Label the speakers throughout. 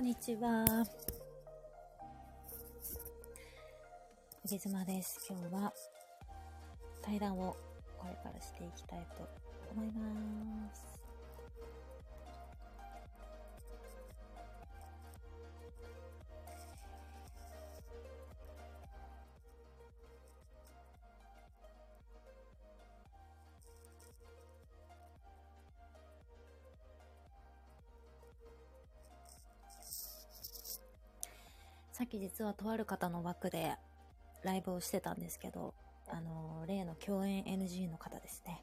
Speaker 1: んにちは。おげずまです。今日は対談をこれからしていきたいと思います。さっき実はとある方の枠でライブをしてたんですけど、あの、例の共演 NG の方ですね。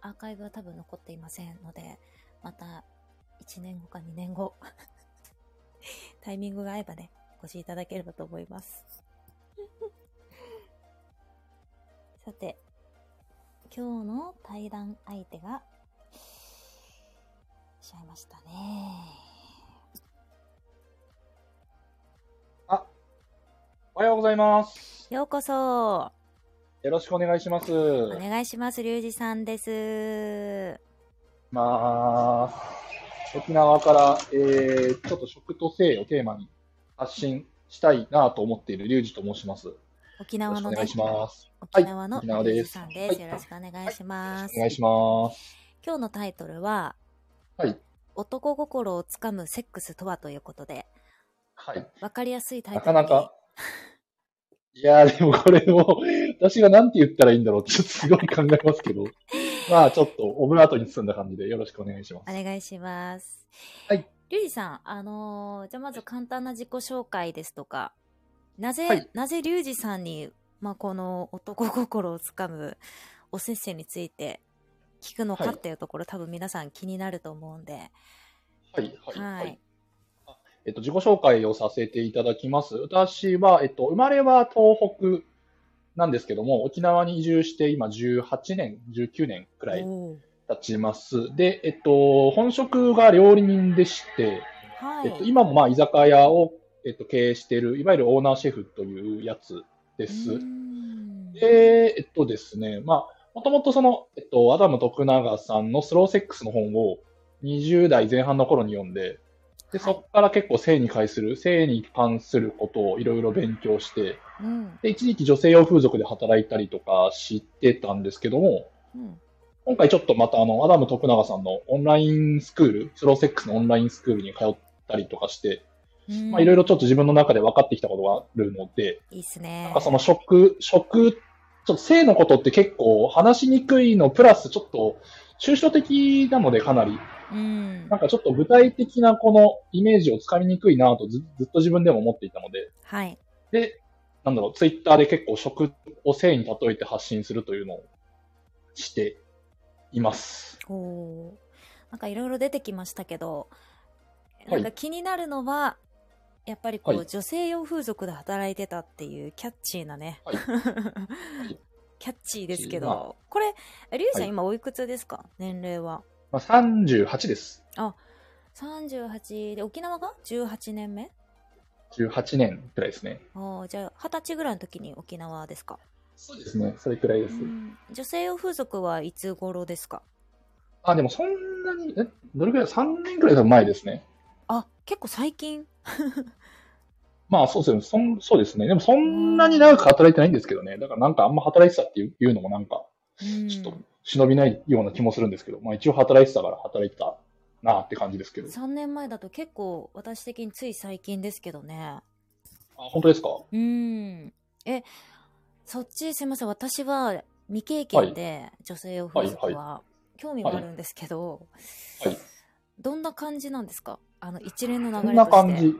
Speaker 1: アーカイブは多分残っていませんので、また1年後か2年後、 タイミングが合えばね、お越しいただければと思います。 さて、今日の対談相手が、しちゃいましたね。
Speaker 2: おはようございます。
Speaker 1: ようこそ
Speaker 2: よろしくお願いします。
Speaker 1: お願いします、リュウジさんです。
Speaker 2: まあ、沖縄から、えー、ちょっと食と性をテーマに発信したいなと思っているリュウジと申します。よ
Speaker 1: 沖
Speaker 2: ろ
Speaker 1: 縄
Speaker 2: しく
Speaker 1: の
Speaker 2: お願
Speaker 1: ね
Speaker 2: いし、ます。
Speaker 1: 沖縄の
Speaker 2: はい沖縄
Speaker 1: リュウ
Speaker 2: です
Speaker 1: ジさんです。
Speaker 2: はい
Speaker 1: よろしくお願いします
Speaker 2: お。願いします。
Speaker 1: 今日のタイトルは、
Speaker 2: はい
Speaker 1: 男心をつかむセックスとはということで、
Speaker 2: はい。
Speaker 1: わかりやすいタイ
Speaker 2: な
Speaker 1: トル
Speaker 2: か
Speaker 1: に
Speaker 2: なか。いやー、でもこれも、私が何て言ったらいいんだろうって、ちょっとすごい考えますけど、まあちょっとオブラートに包んだ感じでよろしくお願いします。
Speaker 1: お願いします。
Speaker 2: はい。
Speaker 1: リュウジさん、あのーじゃあまず簡単な自己紹介ですとか、なぜ、
Speaker 2: はい
Speaker 1: なぜリュウジさんに、まあ、この男心をつかむおせっせについて聞くのか
Speaker 2: はい
Speaker 1: っていうところ、多分皆さん気になると思うんで、
Speaker 2: はい、
Speaker 1: は。
Speaker 2: はいい、はい。えっと、自己紹介をさせていただきます。私は、えっと、生まれは東北なんですけども、沖縄に移住して今18年、19年くらい
Speaker 1: おー
Speaker 2: 経ちます。で、えっと、本職が料理人でして、
Speaker 1: はい。
Speaker 2: えっと、今もまあ居酒屋を、えっと、経営している、いわゆるオーナーシェフというやつで
Speaker 1: う
Speaker 2: す
Speaker 1: ー。ん
Speaker 2: で、えっとですね、まあ、もともとその、えっと、アダム徳永さんのスローセックスの本を20代前半の頃に読んで、で、そこから結構性に関する、性に関することをいろいろ勉強して、
Speaker 1: うん。
Speaker 2: で、一時期女性用風俗で働いたりとかしてたんですけども、
Speaker 1: うん。
Speaker 2: 今回ちょっとまたあの、アダム徳永さんのオンラインスクール、スローセックスのオンラインスクールに通ったりとかして、
Speaker 1: うん
Speaker 2: まあいろいろちょっと自分の中で分かってきたことがあるので、
Speaker 1: いいっす
Speaker 2: なん
Speaker 1: ね
Speaker 2: か。その食、食、ちょっと性のことって結構話しにくいの、プラスちょっと抽象的なのでかなり、
Speaker 1: うん
Speaker 2: なん。かちょっと具体的なこのイメージをつかみにくいなとずずっと自分でも思っていたので、
Speaker 1: はい。
Speaker 2: で、なんだろう、ツイッターで結構食を性に例えて発信するというのをしています。
Speaker 1: おおー。なんかいろいろ出てきましたけど、
Speaker 2: はい
Speaker 1: なんか気になるのは、やっぱりこう、
Speaker 2: はい
Speaker 1: 女性用風俗で働いてたっていうキャッチーなね。
Speaker 2: はい
Speaker 1: キャッチーですけ
Speaker 2: ま
Speaker 1: ど、これ、リュウジさん、
Speaker 2: はい
Speaker 1: 今おいくつですか年齢は。
Speaker 2: まあ、38です。
Speaker 1: 38で、沖縄が18年目
Speaker 2: 18年くらいですね。
Speaker 1: おーじゃあ、二十歳ぐらいの時に沖縄ですか。
Speaker 2: そうですね。それくらいです。
Speaker 1: うん女性用風俗はいつ頃ですか
Speaker 2: あ、でもそんなに、え、どれくらい ?3 年くらい多分前ですね。
Speaker 1: あ、結構最近。
Speaker 2: まあそうですねそん、そうですね。でもそんなに長く働いてないんですけどね。だからなんかあんま働いてたっていういうのもなんか、
Speaker 1: うん
Speaker 2: ちょっと忍びないような気もするんですけど、まあ一応働いてたから働いてたなって感じですけど。あ、
Speaker 1: 3年前だと結構私的につい最近ですけどね
Speaker 2: 本当ですか
Speaker 1: うんえそっちすいません私は未経験で女性用風俗は、興味はあるんですけど、
Speaker 2: はい
Speaker 1: どんな感じなんですかあの一連の
Speaker 2: こ
Speaker 1: 流
Speaker 2: ん
Speaker 1: れと
Speaker 2: な
Speaker 1: して
Speaker 2: 感じ。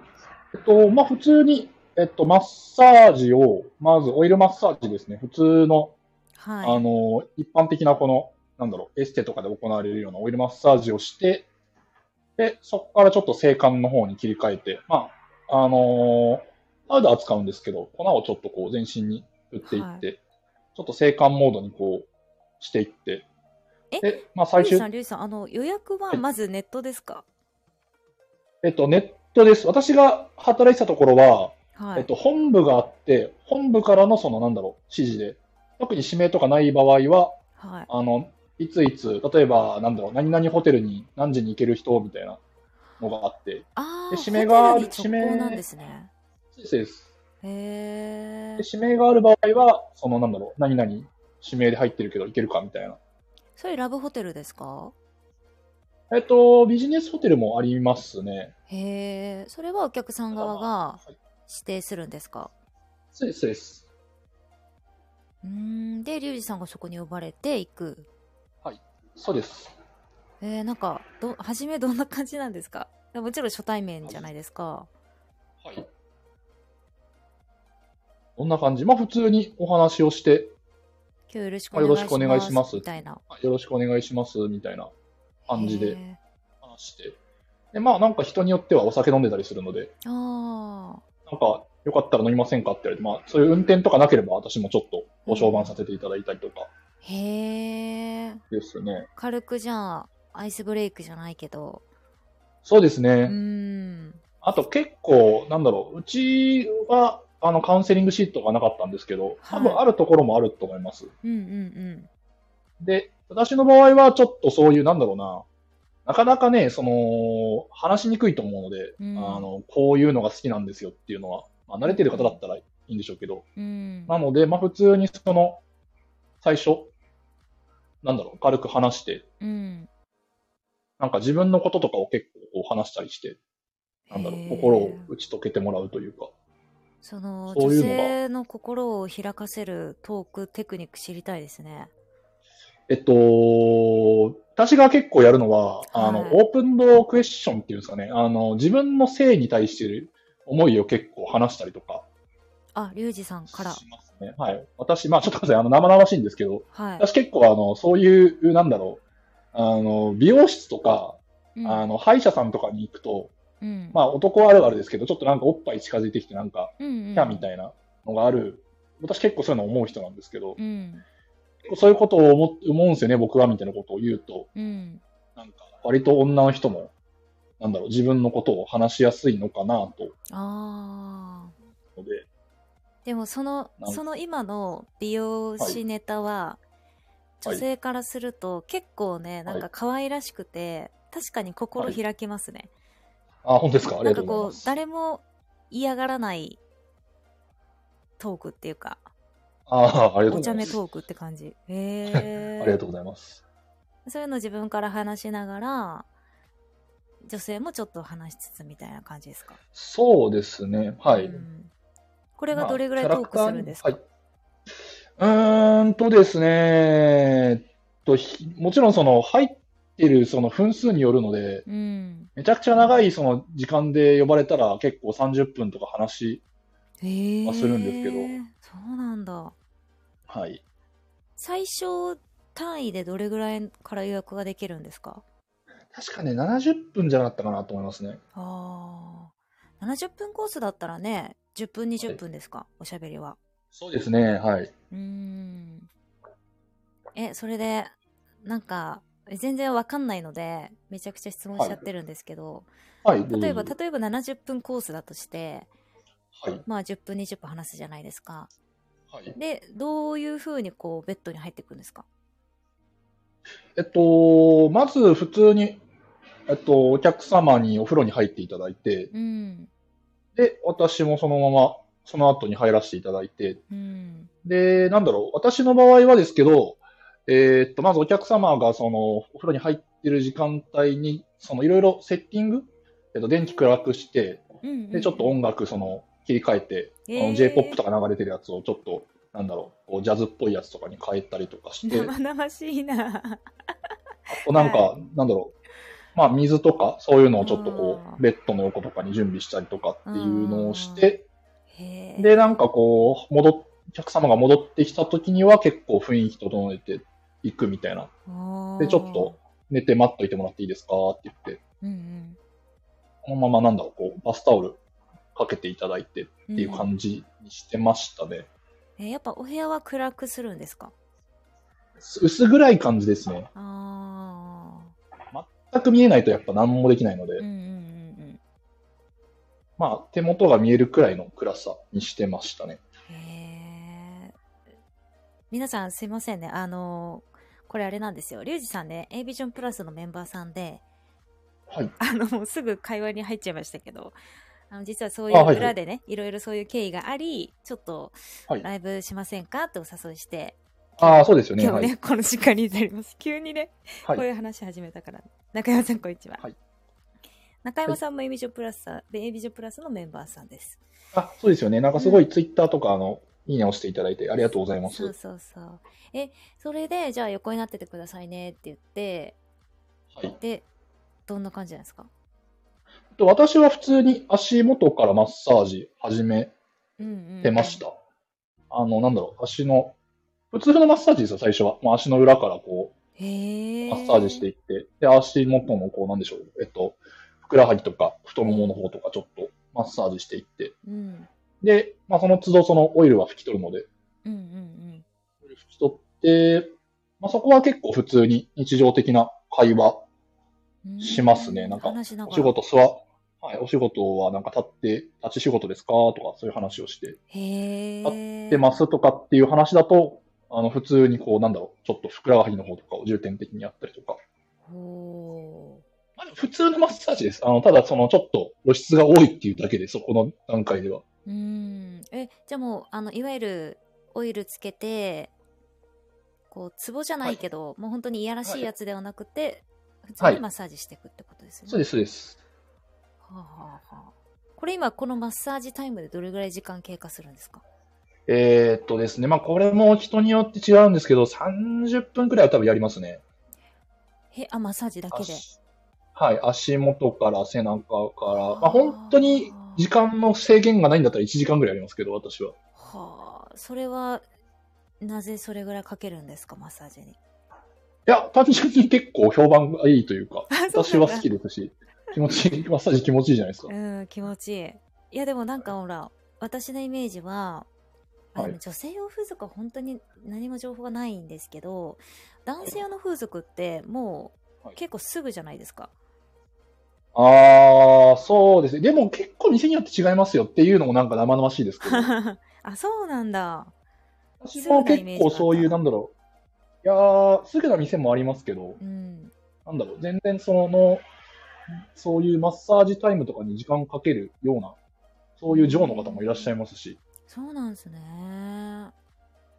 Speaker 2: えっと、まあ普通に、えっと、マッサージを、まずオイルマッサージですね。普通の、
Speaker 1: はい
Speaker 2: あの、一般的なこの、なんだろう、エステとかで行われるようなオイルマッサージをして、で、そこからちょっと静観の方に切り替えて、まあ、あのーパウダー使うんですけど、粉をちょっとこう全身に振っていって、ちょっと静観モードにこうしていって、
Speaker 1: え
Speaker 2: で、まあ
Speaker 1: リュウ
Speaker 2: 最
Speaker 1: ジ
Speaker 2: 終
Speaker 1: さん、リュウジさん、あの予約は
Speaker 2: はい
Speaker 1: まずネットですか、
Speaker 2: えっと、ネットです。私が働いてたところは、
Speaker 1: はい
Speaker 2: えっと、本部があって、本部からのそのなんだろう、指示で、特に指名とかない場合は、
Speaker 1: はい、
Speaker 2: あの、いついつ、例えば、なんだろう、何々ホテルに何時に行ける人みたいなのがあって、
Speaker 1: ああ、
Speaker 2: で締めが
Speaker 1: ホテルに直行なんですね。
Speaker 2: そうです。
Speaker 1: へえ
Speaker 2: で、。指名がある場合は、その、なんだろう、何々、指名で入ってるけど、いけるかみたいな。
Speaker 1: それラブホテルですか
Speaker 2: えっと、ビジネスホテルもありますね。
Speaker 1: へえ。それはお客さん側が
Speaker 2: はい
Speaker 1: 指定するんですか
Speaker 2: そうです、そうです。
Speaker 1: うーん。で、リュウジさんがそこに呼ばれて行く。
Speaker 2: そうです。
Speaker 1: えー、なんか、ど、初めどんな感じなんですかもちろん初対面じゃないですか。
Speaker 2: はい。どんな感じまあ、普通にお話をして、
Speaker 1: 今日よろしくお
Speaker 2: あ
Speaker 1: 願
Speaker 2: よ
Speaker 1: いしま
Speaker 2: ろ
Speaker 1: す。
Speaker 2: しくお願いします
Speaker 1: みたいな
Speaker 2: あよろしくお願いします、みたいな感じ
Speaker 1: へ
Speaker 2: で
Speaker 1: ー
Speaker 2: 話して。で、まあ、なんか人によってはお酒飲んでたりするので、
Speaker 1: ああ。
Speaker 2: なんか、よかったら飲みませんかって言われて、まあ、そういう運転とかなければ、私もちょっとご商売させていただいたりとか
Speaker 1: へえ。
Speaker 2: ですね。
Speaker 1: 軽くじゃあ、アイスブレイクじゃないけど。
Speaker 2: そうですね。
Speaker 1: うーん。
Speaker 2: あと結構、なんだろう、うちは、あの、カウンセリングシートがなかったんですけど、
Speaker 1: は
Speaker 2: 多
Speaker 1: い
Speaker 2: 分あるところもあると思います。
Speaker 1: うんうん
Speaker 2: で、私の場合はちょっとそういう、なんだろうな、なかなかね、その、話しにくいと思うので、
Speaker 1: うん
Speaker 2: あの、こういうのが好きなんですよっていうのは、まあ、慣れてる方だったらいいんでしょうけど、
Speaker 1: うん。うん。
Speaker 2: なので、まあ普通にその、最初、なんだろう、軽く話して、
Speaker 1: うん。
Speaker 2: なんか自分のこととかを結構こう話したりして、なんだろ
Speaker 1: へ
Speaker 2: う、
Speaker 1: ー
Speaker 2: 心を打ち解けてもらうというか、
Speaker 1: その
Speaker 2: そうい
Speaker 1: 女
Speaker 2: うのが
Speaker 1: 性の心を開かせるトークテクニック知りたいですね。
Speaker 2: えっと、私が結構やるのは、あの、
Speaker 1: はい
Speaker 2: オープンドクエスチョンっていうんですかね。あの、自分の性に対してる思いを結構話したりとか
Speaker 1: あ、リュウジさん
Speaker 2: し
Speaker 1: から。
Speaker 2: ますね。はい。私、まあちょっとごめんなさい、あの、生々しいんですけど、
Speaker 1: はい。
Speaker 2: 私結構あの、そういう、なんだろう、あの、美容室とか、
Speaker 1: うん
Speaker 2: あの、歯医者さんとかに行くと、
Speaker 1: うん。
Speaker 2: まあ男あるあるですけど、ちょっとなんかおっぱい近づいてきてなんか、
Speaker 1: うんうん、
Speaker 2: キャーみたいなのがある。私結構そういうの思う人なんですけど、
Speaker 1: うん。
Speaker 2: そういうことを思思うんですよね、僕は、みたいなことを言うと。
Speaker 1: うん。
Speaker 2: なんか、割と女の人も、なんだろう、自分のことを話しやすいのかなと、
Speaker 1: ああ。
Speaker 2: ので、
Speaker 1: でもその
Speaker 2: なん、
Speaker 1: その今の美容師ネタは、
Speaker 2: い
Speaker 1: 女性からすると結構ね、なんか可愛らしくて、確かに心開きますね。
Speaker 2: あ、本当ですかあり
Speaker 1: なん
Speaker 2: がと
Speaker 1: か
Speaker 2: う
Speaker 1: こ
Speaker 2: ございま
Speaker 1: う、
Speaker 2: す。
Speaker 1: 誰も嫌がらないトークっていうか、
Speaker 2: ああ、ありがとう
Speaker 1: お
Speaker 2: ござ
Speaker 1: 茶
Speaker 2: いま
Speaker 1: 目
Speaker 2: す。
Speaker 1: トークって感じ。へ
Speaker 2: ありが
Speaker 1: え。
Speaker 2: とうございます。
Speaker 1: そういうの自分から話しながら、女性もちょっと話しつつみたいな感じですか。
Speaker 2: そうですね、はい。
Speaker 1: うんこれがどれぐらいトークするんですか、
Speaker 2: まあキャラクターにはいうーんとですね、えっと、ひもちろんその、入ってるその分数によるので、
Speaker 1: うん。
Speaker 2: めちゃくちゃ長いその時間で呼ばれたら結構30分とか話、
Speaker 1: へえ
Speaker 2: はするんですけど
Speaker 1: そうなんだ。
Speaker 2: はい。
Speaker 1: 最小単位でどれぐらいから予約ができるんですか
Speaker 2: 確かね、70分じゃなかったかなと思いますね。
Speaker 1: ああ。70分コースだったらね、10分20分ですか、おしゃべりは。
Speaker 2: そうですね、はい。
Speaker 1: うーん。え、それで、なんか、全然わかんないので、めちゃくちゃ質問しちゃってるんですけど、
Speaker 2: はい、どうぞ
Speaker 1: 例えば、
Speaker 2: どうぞ
Speaker 1: 例えば70分コースだとして、
Speaker 2: はい。
Speaker 1: まあ10分20分話すじゃないですか。
Speaker 2: はい。
Speaker 1: で、どういうふうにこう、ベッドに入っていくんですか
Speaker 2: えっと、まず普通に、えっと、お客様にお風呂に入っていただいて、
Speaker 1: うん。
Speaker 2: で、私もそのまま、その後に入らせていただいて、
Speaker 1: うん。
Speaker 2: で、なんだろう、私の場合はですけど、えーっと、まずお客様がその、お風呂に入ってる時間帯に、その、いろいろセッティング、えっと、電気暗くして、
Speaker 1: うんうん
Speaker 2: で、ちょっと音楽、その、切り替えて、あ
Speaker 1: え
Speaker 2: の
Speaker 1: ー
Speaker 2: J-POP とか流れてるやつをちょっと、なんだろう、こうジャズっぽいやつとかに変えたりとかして、
Speaker 1: 生々しいな。
Speaker 2: なんか、なんだろう。まあ、水とか、そういうのをちょっとこ
Speaker 1: あー
Speaker 2: う、ベッドの横とかに準備したりとかっていうのをして、
Speaker 1: へえ。
Speaker 2: で、なんかこう、戻っ、お客様が戻ってきた時には結構雰囲気整えていくみたいな。
Speaker 1: おー
Speaker 2: で、ちょっと。寝て待っといてもらっていいですかって言って、
Speaker 1: うん
Speaker 2: このままなんだろう、こう、バスタオルかけていただいてっ
Speaker 1: うん。
Speaker 2: ていう感じにしてましたね。
Speaker 1: えやっぱお部屋は暗くするんですか
Speaker 2: 薄暗い感じですね。
Speaker 1: あ
Speaker 2: 全く見えないとやっぱ何もできないので、
Speaker 1: あ。うんうんうん
Speaker 2: まあ、手元が見えるくらいの暗さにしてましたね。
Speaker 1: うん。へえ。皆さんすいませんね。あのーこれあれなんですよ。リュウジさんね、A ビジョンプラスのメンバーさんで、
Speaker 2: はい
Speaker 1: あの、もうすぐ会話に入っちゃいましたけど、あの、実はそうい
Speaker 2: あは
Speaker 1: う
Speaker 2: いはい
Speaker 1: 裏でね、いろいろそういう経緯があり、ちょっと
Speaker 2: はい、
Speaker 1: ライブしませんかってお誘いして、
Speaker 2: ああ、そうですよね。
Speaker 1: 今
Speaker 2: は
Speaker 1: 日
Speaker 2: い。
Speaker 1: ね、この時間に至ります。急にね、
Speaker 2: はい
Speaker 1: こういう話始めたから。中山さん、こんにちは。
Speaker 2: はい
Speaker 1: 中山さんもエビジョプラスさん、エビジョプラスのメンバーさんです。
Speaker 2: あ、そうですよね。なんかすごいツイッターとか、あの、いいね押していただいてありがとうございま
Speaker 1: そう
Speaker 2: す。
Speaker 1: そうそう。え、それで、じゃあ横になっててくださいねって言って、
Speaker 2: はい。
Speaker 1: で、どんな感じなんですか
Speaker 2: と私は普通に足元からマッサージ始め
Speaker 1: うんうん。
Speaker 2: てました。あの、なんだろう、足の、普通のマッサージですよ、最初は。まあ、足の裏からこ
Speaker 1: へー
Speaker 2: う、マッサージしていって、で、足元のこう、なんでしょう、えっと、ふくらはぎとか、太ももの方とかちょっとマッサージしていって、
Speaker 1: うん。
Speaker 2: で、まあ、その都度そのオイルは拭き取るので、
Speaker 1: うんうん
Speaker 2: 拭き取って、まあ、そこは結構普通に日常的な会話
Speaker 1: うん。
Speaker 2: しますね
Speaker 1: う
Speaker 2: なんか
Speaker 1: 話しなが
Speaker 2: お
Speaker 1: ら
Speaker 2: 仕事すわ、はい、お仕事はなんか立って、立ち仕事ですかとか、そういう話をして、
Speaker 1: へー
Speaker 2: でますとかっていう話だと、あの、普通にこう、なんだろう、ちょっとふくらはぎの方とかを重点的にやったりとか。
Speaker 1: ほ
Speaker 2: まあ、でも普通のマッサージです。あの、ただその、ちょっと露出が多いっていうだけで、そこの段階では。
Speaker 1: ーうん。え、じゃあもう、あの、いわゆる、オイルつけて、こう、ツボじゃないけど、もう本当にいやらしいやつではなくて、普通
Speaker 2: は
Speaker 1: に
Speaker 2: い
Speaker 1: マッサージしていくってことですよね。
Speaker 2: そうです、そうです。
Speaker 1: はあはあはあ、これ今このマッサージタイムでどれぐらい時間経過するんですか
Speaker 2: えーっとですね、まあ、これも人によって違うんですけど、30分くらいは多分やりますね。
Speaker 1: へあマッサージだけで
Speaker 2: 足はい、足元から背中から、まあ、本当に時間の制限がないんだったら1時間ぐらいありますけど、私は。
Speaker 1: はあそれはなぜそれぐらいかけるんですかマッサージに
Speaker 2: いや、単純に結構評判がいいというか、私は好き
Speaker 1: で
Speaker 2: ですし、気持ちいい、マッサージ気持ちいいじゃないですか。
Speaker 1: うん気持ちいいいやでもなんかほら私のイメージはあ
Speaker 2: はい
Speaker 1: でも女性用風俗は本当に何も情報がないんですけど男性用の風俗ってもう
Speaker 2: はい
Speaker 1: 結構すぐじゃないですか、
Speaker 2: あー、そうですね。でも結構店によって違いますよっていうのもなんか生々しいです けど、
Speaker 1: あそうなんだ
Speaker 2: 私も結構そういう、なんだろう、いやー、すぐな店もありますけど
Speaker 1: う、ん
Speaker 2: なんだろう、全然その、そういうマッサージタイムとかに時間かけるような、そういう嬢の方もいらっしゃいますし、
Speaker 1: そうなんですね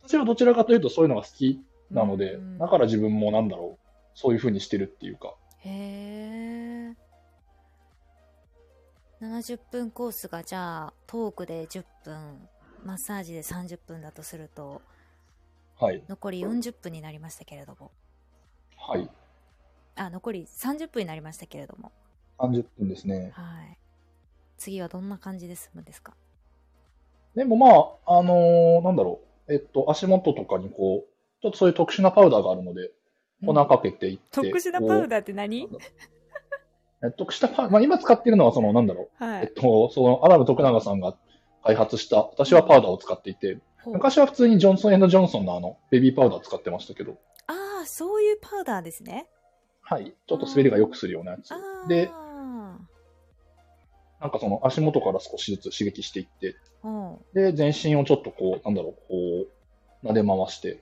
Speaker 2: 私はどちらかというとそういうのが好きなので、
Speaker 1: うん
Speaker 2: だから自分もなんだろう、そういう風にしてるっていうか、
Speaker 1: へえ70分コースがじゃあトークで10分マッサージで30分だとすると
Speaker 2: はい。
Speaker 1: 残り40分になりましたけれども
Speaker 2: はい。
Speaker 1: あ残り30分になりましたけれども
Speaker 2: 30分ですね。
Speaker 1: はい次はどんな感じで済むんですか
Speaker 2: でもまあ、あのーなんだろう。えっと、足元とかにこう、ちょっとそういう特殊なパウダーがあるので、粉かけていって。
Speaker 1: 特殊なパウ
Speaker 2: ダ
Speaker 1: ダーって何
Speaker 2: ー特殊なパウダー、まあ今使ってるのはその、なんだろ
Speaker 1: は
Speaker 2: う。えっ
Speaker 1: い
Speaker 2: と、その、アダム徳永さんが開発した、私はパウダーを使っていて、
Speaker 1: ほう
Speaker 2: 昔は普通にジョンソンジョンソンのあの、ベビーパウダー使ってましたけど、
Speaker 1: ああそういうパウダーですね
Speaker 2: はい。ちょっと滑りが良くするようなやつ
Speaker 1: あ。あ
Speaker 2: で、なんかその足元から少しずつ刺激していって、
Speaker 1: うん
Speaker 2: で、全身をちょっとこう、なんだろう、こう、撫で回して。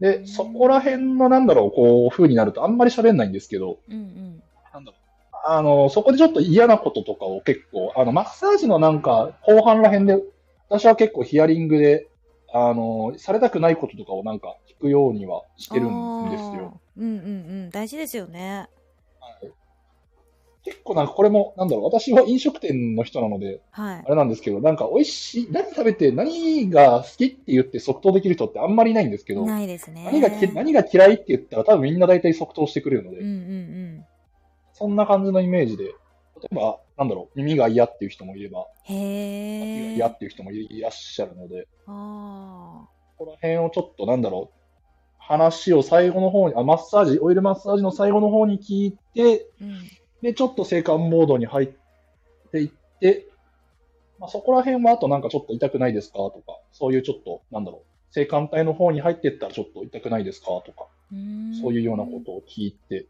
Speaker 1: う
Speaker 2: で、
Speaker 1: ん
Speaker 2: そこら辺の、なんだろう、こう、風になるとあんまり喋んないんですけど、
Speaker 1: うんうん
Speaker 2: なんだろう。あの、そこでちょっと嫌なこととかを結構、あの、マッサージのなんか、後半ら辺で、私は結構ヒアリングで、あの、されたくないこととかをなんか聞くようにはしてるんですよ。
Speaker 1: あーうんうんうん大事ですよね
Speaker 2: 結構なんかこれも、なんだろう、私は飲食店の人なので、
Speaker 1: はい
Speaker 2: あれなんですけど、なんか美味しい、何食べて何が好きって言って即答できる人ってあんまりいないんですけど、
Speaker 1: ないですね。
Speaker 2: 何がき何が嫌いって言ったら多分みんな大体即答してくれるので、
Speaker 1: うんうん
Speaker 2: そんな感じのイメージで、例えば、なんだろう、耳が嫌っていう人もいれば、
Speaker 1: うん。へえ。
Speaker 2: 嫌っていう人もいらっしゃるので、
Speaker 1: あ
Speaker 2: この辺をちょっとなんだろう、話を最後の方に、あ、マッサージ、オイルマッサージの最後の方に聞いて、
Speaker 1: ーうん
Speaker 2: で、ちょっと静観モードに入っていって、まあ、そこら辺はあとなんかちょっと痛くないですかとか、そういうちょっと、なんだろう、静観帯の方に入っていったらちょっと痛くないですかとか、
Speaker 1: うーん。
Speaker 2: そういうようなことを聞いて、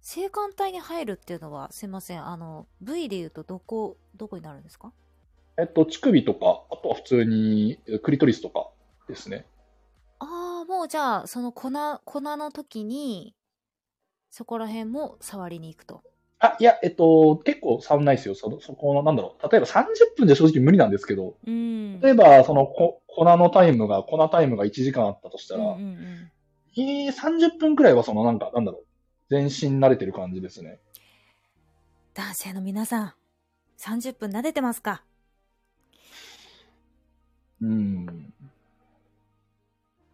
Speaker 1: 性感帯に入るっていうのは、すいません。あの、部位で言うと、どこ、どこになるんですか
Speaker 2: えっと、乳首とか、あとは普通にえークリトリスとかですね。
Speaker 1: ああ、もうじゃあ、その粉、粉の時に、そこら辺も触りに行くと。
Speaker 2: あ、いや、えっと、結構差はないですよ。そのそこの、なんだろう。例えば30分じゃ正直無理なんですけど、
Speaker 1: うん。
Speaker 2: 例えば、その、こ粉のタイムが、粉タイムが1時間あったとした
Speaker 1: う
Speaker 2: ら、
Speaker 1: んうんうん
Speaker 2: えー30分くらいはその、なんか、なんだろう。全身慣れてる感じですね。
Speaker 1: 男性の皆さん、30分撫でてますか
Speaker 2: うん。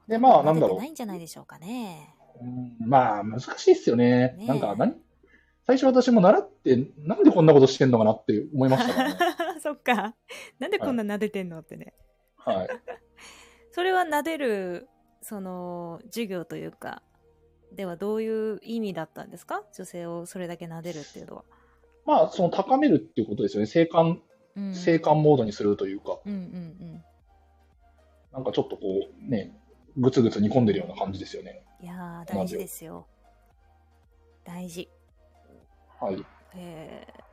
Speaker 2: で、まあ、なんだ
Speaker 1: 撫でて
Speaker 2: ろ
Speaker 1: ないんじゃないでしょうかね。
Speaker 2: う。うんまあ、難しいっすよね。
Speaker 1: ねえ
Speaker 2: なんか何、最初私も習って、なんでこんなことしてんのかなって思いましたからね。
Speaker 1: そっか。なんでこんな撫でてんのってね。
Speaker 2: はい。
Speaker 1: それは撫でる、その、授業というか、ではどういう意味だったんですか女性をそれだけ撫でるっていうのは。
Speaker 2: まあ、その、高めるっていうことですよね。性感、
Speaker 1: うん
Speaker 2: 性感モードにするというか、
Speaker 1: うんうん
Speaker 2: なんかちょっとこう、ね、ぐつぐつ煮込んでるような感じですよね。
Speaker 1: うん。いやー、大事ですよ。大事。
Speaker 2: はい。
Speaker 1: へー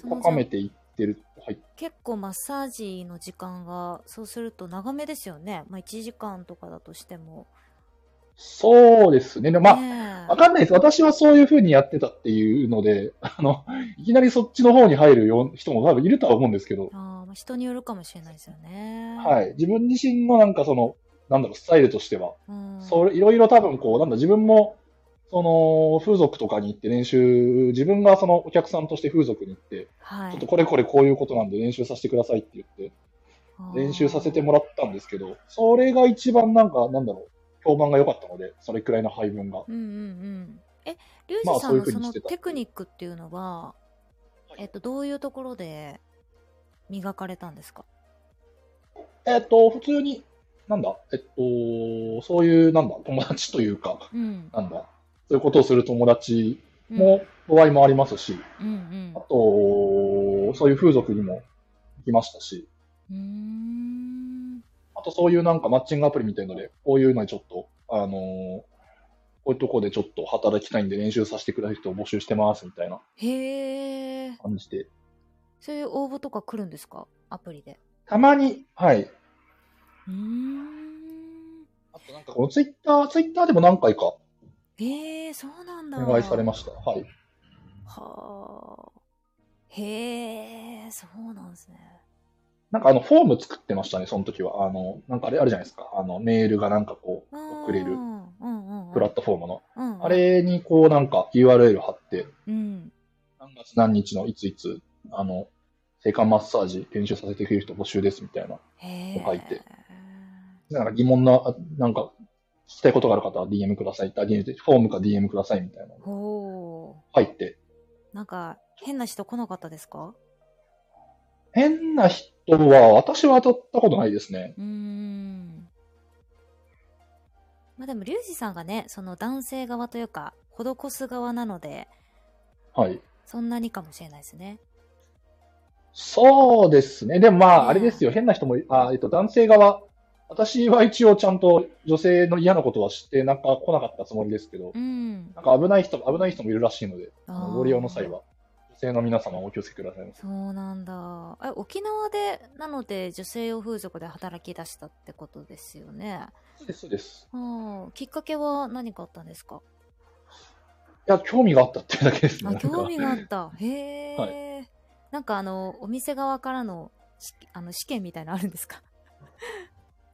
Speaker 1: その
Speaker 2: 高めていってる。はい。
Speaker 1: 結構マッサージの時間が、そうすると長めですよね。まあ1時間とかだとしても。
Speaker 2: そうですね。でもまあ、
Speaker 1: ねえ
Speaker 2: わかんないです。私はそういう風にやってたっていうので、 あの、いきなりそっちの方に入るよ人も多分いるとは思うんですけど、
Speaker 1: あーまあ人によるかもしれないですよね。。
Speaker 2: はいい。自分自身のなんかその、なんだろう、スタイルとしては、
Speaker 1: うん、
Speaker 2: それ、いろいろ多分こう、なんだ、自分も、その、風俗とかに行って練習、自分がそのお客さんとして風俗に行って、
Speaker 1: は
Speaker 2: ちょっ
Speaker 1: い
Speaker 2: と、これこれこういうことなんで練習させてくださいって言って、練習させてもらったんですけど、それが一番なんか、なんだろう、評判が良かったので、それくらいの配分が。
Speaker 1: うんうんうん。え、リュウ
Speaker 2: ま
Speaker 1: ジ
Speaker 2: あ
Speaker 1: さんの
Speaker 2: そ
Speaker 1: そ
Speaker 2: ういうふうに
Speaker 1: の
Speaker 2: してた
Speaker 1: テクニックっていうのは、えっと、どういうところで磨かれたんですか
Speaker 2: えっと、普通に、なんだ、えっと、そういう、なんだ、友達というか、
Speaker 1: うん。
Speaker 2: なんだ、そういうことをする友達
Speaker 1: うん、
Speaker 2: も、度合いもありますし、
Speaker 1: うんうん
Speaker 2: あ。と、そういう風俗にも行きましたし、
Speaker 1: うーん。
Speaker 2: あとそういうなんかマッチングアプリみたいので、こういうのにちょっと、あのーこういうとこでちょっと働きたいんで練習させてくれる人を募集してますみたいな
Speaker 1: へえ。
Speaker 2: 感じで、
Speaker 1: そういう応募とか来るんですかアプリで。
Speaker 2: たまに、はい、
Speaker 1: うーん。
Speaker 2: あとなんかこのツイッター、ツイッターでも何回か
Speaker 1: へえ、そうなんだ。
Speaker 2: お願いされました。はい。
Speaker 1: はあ。へえ、そうなんですね。
Speaker 2: なんかあの、フォーム作ってましたね、その時は。あの、なんかあれあるじゃないですか。あの、メールがなんかこう、送れ
Speaker 1: う
Speaker 2: る、
Speaker 1: んうんうんうん。
Speaker 2: プラットフォームの。
Speaker 1: うんうん
Speaker 2: あれにこうなんか URL 貼って、
Speaker 1: うん。
Speaker 2: 何月何日のいついつ、あの、性感マッサージ練習させてくれる人募集ですみたいな。
Speaker 1: へえ。
Speaker 2: 書いてなんか疑問な、あなんか、聞きたいことがある方は DM ください。あ、DM で、フォームか DM くださいみたいな。
Speaker 1: ほう。
Speaker 2: 入って。
Speaker 1: なんか、変な人来なかったですか
Speaker 2: 変な人は、私は当たったことないですね。
Speaker 1: うーん。まあでも、リュウジさんがね、その男性側というか、施す側なので、
Speaker 2: はい。
Speaker 1: そんなにかもしれないですね。
Speaker 2: そうですね。でもま
Speaker 1: うん
Speaker 2: あ、あれですよ。変な人も、あえっと、男性側。私は一応ちゃんと女性の嫌なことはして、なんか来なかったつもりですけど
Speaker 1: う、ん。
Speaker 2: なんか危ない人、危ない人もいるらしいので、あ
Speaker 1: あー
Speaker 2: のご利用の際は、女性の皆様お気をつけください。
Speaker 1: そうなんだ。え、沖縄で、なので、女性用風俗で働き出したってことですよね。
Speaker 2: そうです、そうです。
Speaker 1: うん。きっかけは何かあったんですか
Speaker 2: いや、興味があったっていうだけですね。
Speaker 1: あ、
Speaker 2: なんか
Speaker 1: 興味があ った。へえ、なんかあの、お店側からのしあの試験みたいなのあるんですか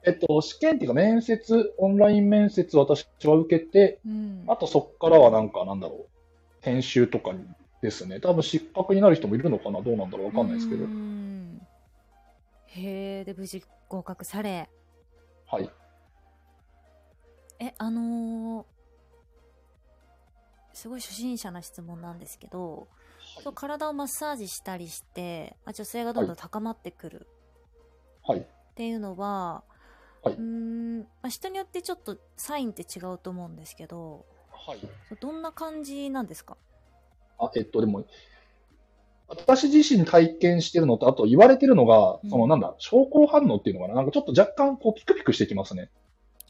Speaker 2: えっと、試験っていうか、面接、オンライン面接私は受けて、
Speaker 1: うん。
Speaker 2: あとそっからはなんか、なんだろう、研修とかにですね。多分失格になる人もいるのかなどうなんだろうわかんないですけど
Speaker 1: うー。んへえ、で、無事合格され。
Speaker 2: はい。
Speaker 1: え、あのーすごい初心者な質問なんですけど、そう体をマッサージしたりして、まあ、女性がどんどん高まってくる
Speaker 2: はい。
Speaker 1: っていうのは、
Speaker 2: はい
Speaker 1: ー
Speaker 2: う
Speaker 1: ん、まあ、人によってちょっとサインって違うと思うんですけど、
Speaker 2: はい。
Speaker 1: そうどんな感じなんですか
Speaker 2: あ、えっと、でも、私自身体験してるのと、あと言われてるのが
Speaker 1: う、ん
Speaker 2: そのなんだ、症候反応っていうのかな、なんかちょっと若干こうピクピクしてきますね。